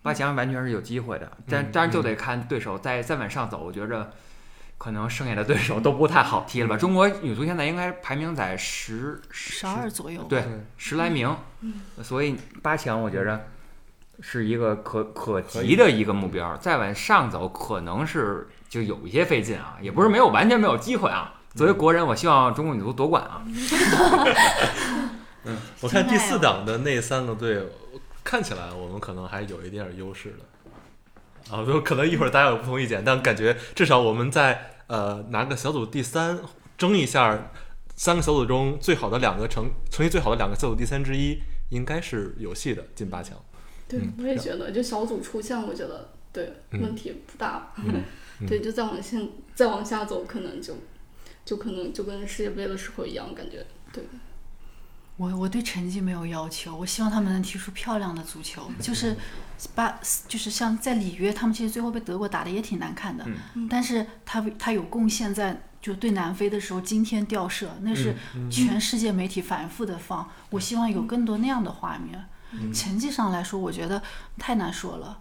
八强完全是有机会的，但当然就得看对手再再往上走，我觉着可能剩下的对手都不太好踢了吧。中国女足现在应该排名在十
十
十
二左右，
对
对
十来名，
嗯
所以八强我觉着是一个可可及的一个目标。再往上走可能是就有一些费劲啊，也不是没有完全没有机会啊。作为国人，我希望中国女足夺冠啊。
我看第四档的那三个队，看起来我们可能还有一点优势的。啊，就可能一会儿大家有不同意见，但感觉至少我们在呃拿个小组第三，争一下三个小组中最好的两个成成绩最好的两个小组第三之一，应该是有戏的进八强。
对
嗯，
我也觉得，就小组出现，我觉得对
嗯
问题不大。
嗯
对，就再往下再往下走，可能就就可能就跟世界杯的时候一样，感觉对。
我我对成绩没有要求，我希望他们能踢出漂亮的足球，就是把就是像在里约，他们其实最后被德国打的也挺难看的，但是他他有贡献在。就对南非的时候惊天吊射，那是全世界媒体反复的放。我希望有更多那样的画面。成绩上来说，我觉得太难说了，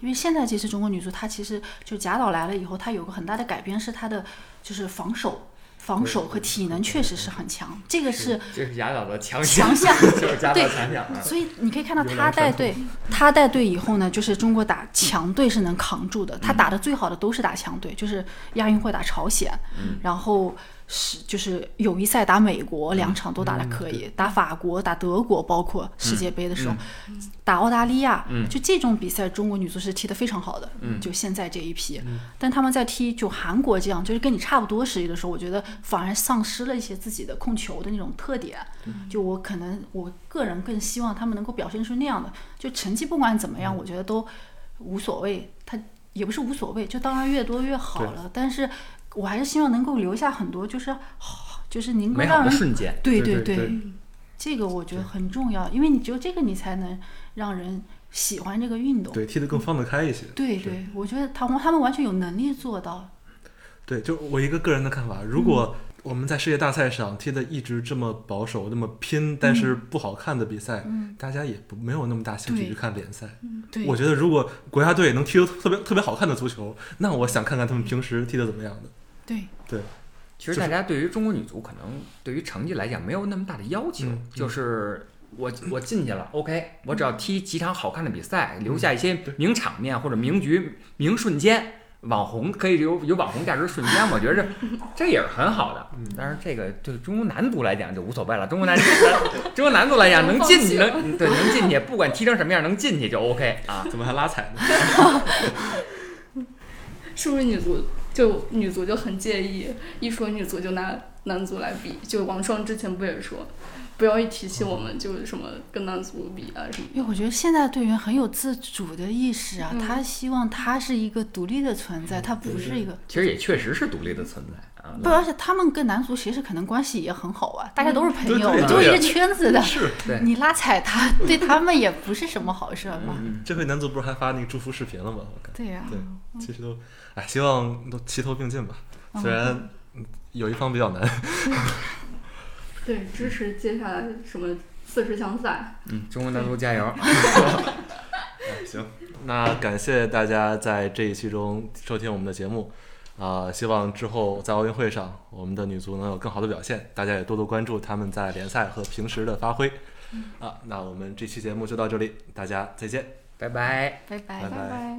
因为现在其实中国女足她其实就贾导来了以后，她有个很大的改变是她的就是防守、防守和体能确实是很强，这个是
这是贾导的强
强项。
就是贾
对
强项啊。
所以你可以看到他带队，他带队以后呢，就是中国打强队是能扛住的。
嗯
他打的最好的都是打强队，就是亚运会打朝鲜，
嗯
然后是就是友谊赛打美国，两场都打得可
嗯
以，打法国、打德国，包括世界杯的时候、
嗯
打澳大利亚，就这种比赛中国女足是踢得非常好的。
嗯
就现在这一批，但他们在踢就韩国这样，就是跟你差不多实力的时候，我觉得反而丧失了一些自己的控球的那种特点。就我可能我个人更希望他们能够表现出那样的，就成绩不管怎么样，我觉得都无所谓，他也不是无所谓，就当然越多越好了。但是我还是希望能够留下很多，就是好，就是能够
美好
让
的
人
瞬间，
对
对
对
对对
这个我觉得很重要，因为你只有这个，你才能让人喜欢这个运动。
对，踢得更放得开一些。
对对，我觉得他们他们完全有能力做到。
对，就我一个个人的看法，如果我们在世界大赛上踢的一直这么保守、那么拼，但是不好看的比赛，大家也不没有那么大兴趣
对
去看联赛。
对，
我觉得如果国家队能踢出特别特别好看的足球，那我想看看他们平时踢的怎么样的。
对
对，
其实大家对于中国女足可能对于成绩来讲没有那么大的要求，
嗯
就是我我进去了，OK，我只要踢几场好看的比赛，
嗯
留下一些名场面或者名局、名瞬间，网红可以有有网红价值瞬间，我觉着这也是很好的。
嗯
但是这个对中国男足来讲就无所谓了，中国男中国男足来讲能进去能对能进去，不管踢成什么样能进去就 OK 啊。
怎么还拉踩呢？
是不是女足就女足就很介意，一说女足就拿男足来比，就王霜之前不也说，不要一提起我们就什么跟男足比啊什么
因为我觉得现在队员很有自主的意识啊，
嗯
他希望他是一个独立的存在，他不是一个
其实也确实是独立的存在啊。
不，
嗯
而且他们跟男足其实可能关系也很好啊，大家都是朋友，
对对
就
对
一个圈子的，
是，
对
你拉踩他，对他们也不是什么好事儿嘛。
这回男足不是还发那个祝福视频了吗？我看，
对呀、
对，其实都，哎，希望都齐头并进吧。虽然有一方比较难。
对，支持接下来什么四十强赛。
嗯，中国男足加油！
那感谢大家在这一期中收听我们的节目，啊、希望之后在奥运会上，我们的女足能有更好的表现，大家也多多关注她们在联赛和平时的发挥。啊，那我们这期节目就到这里，大家再见。
拜拜。
拜拜
拜拜
拜。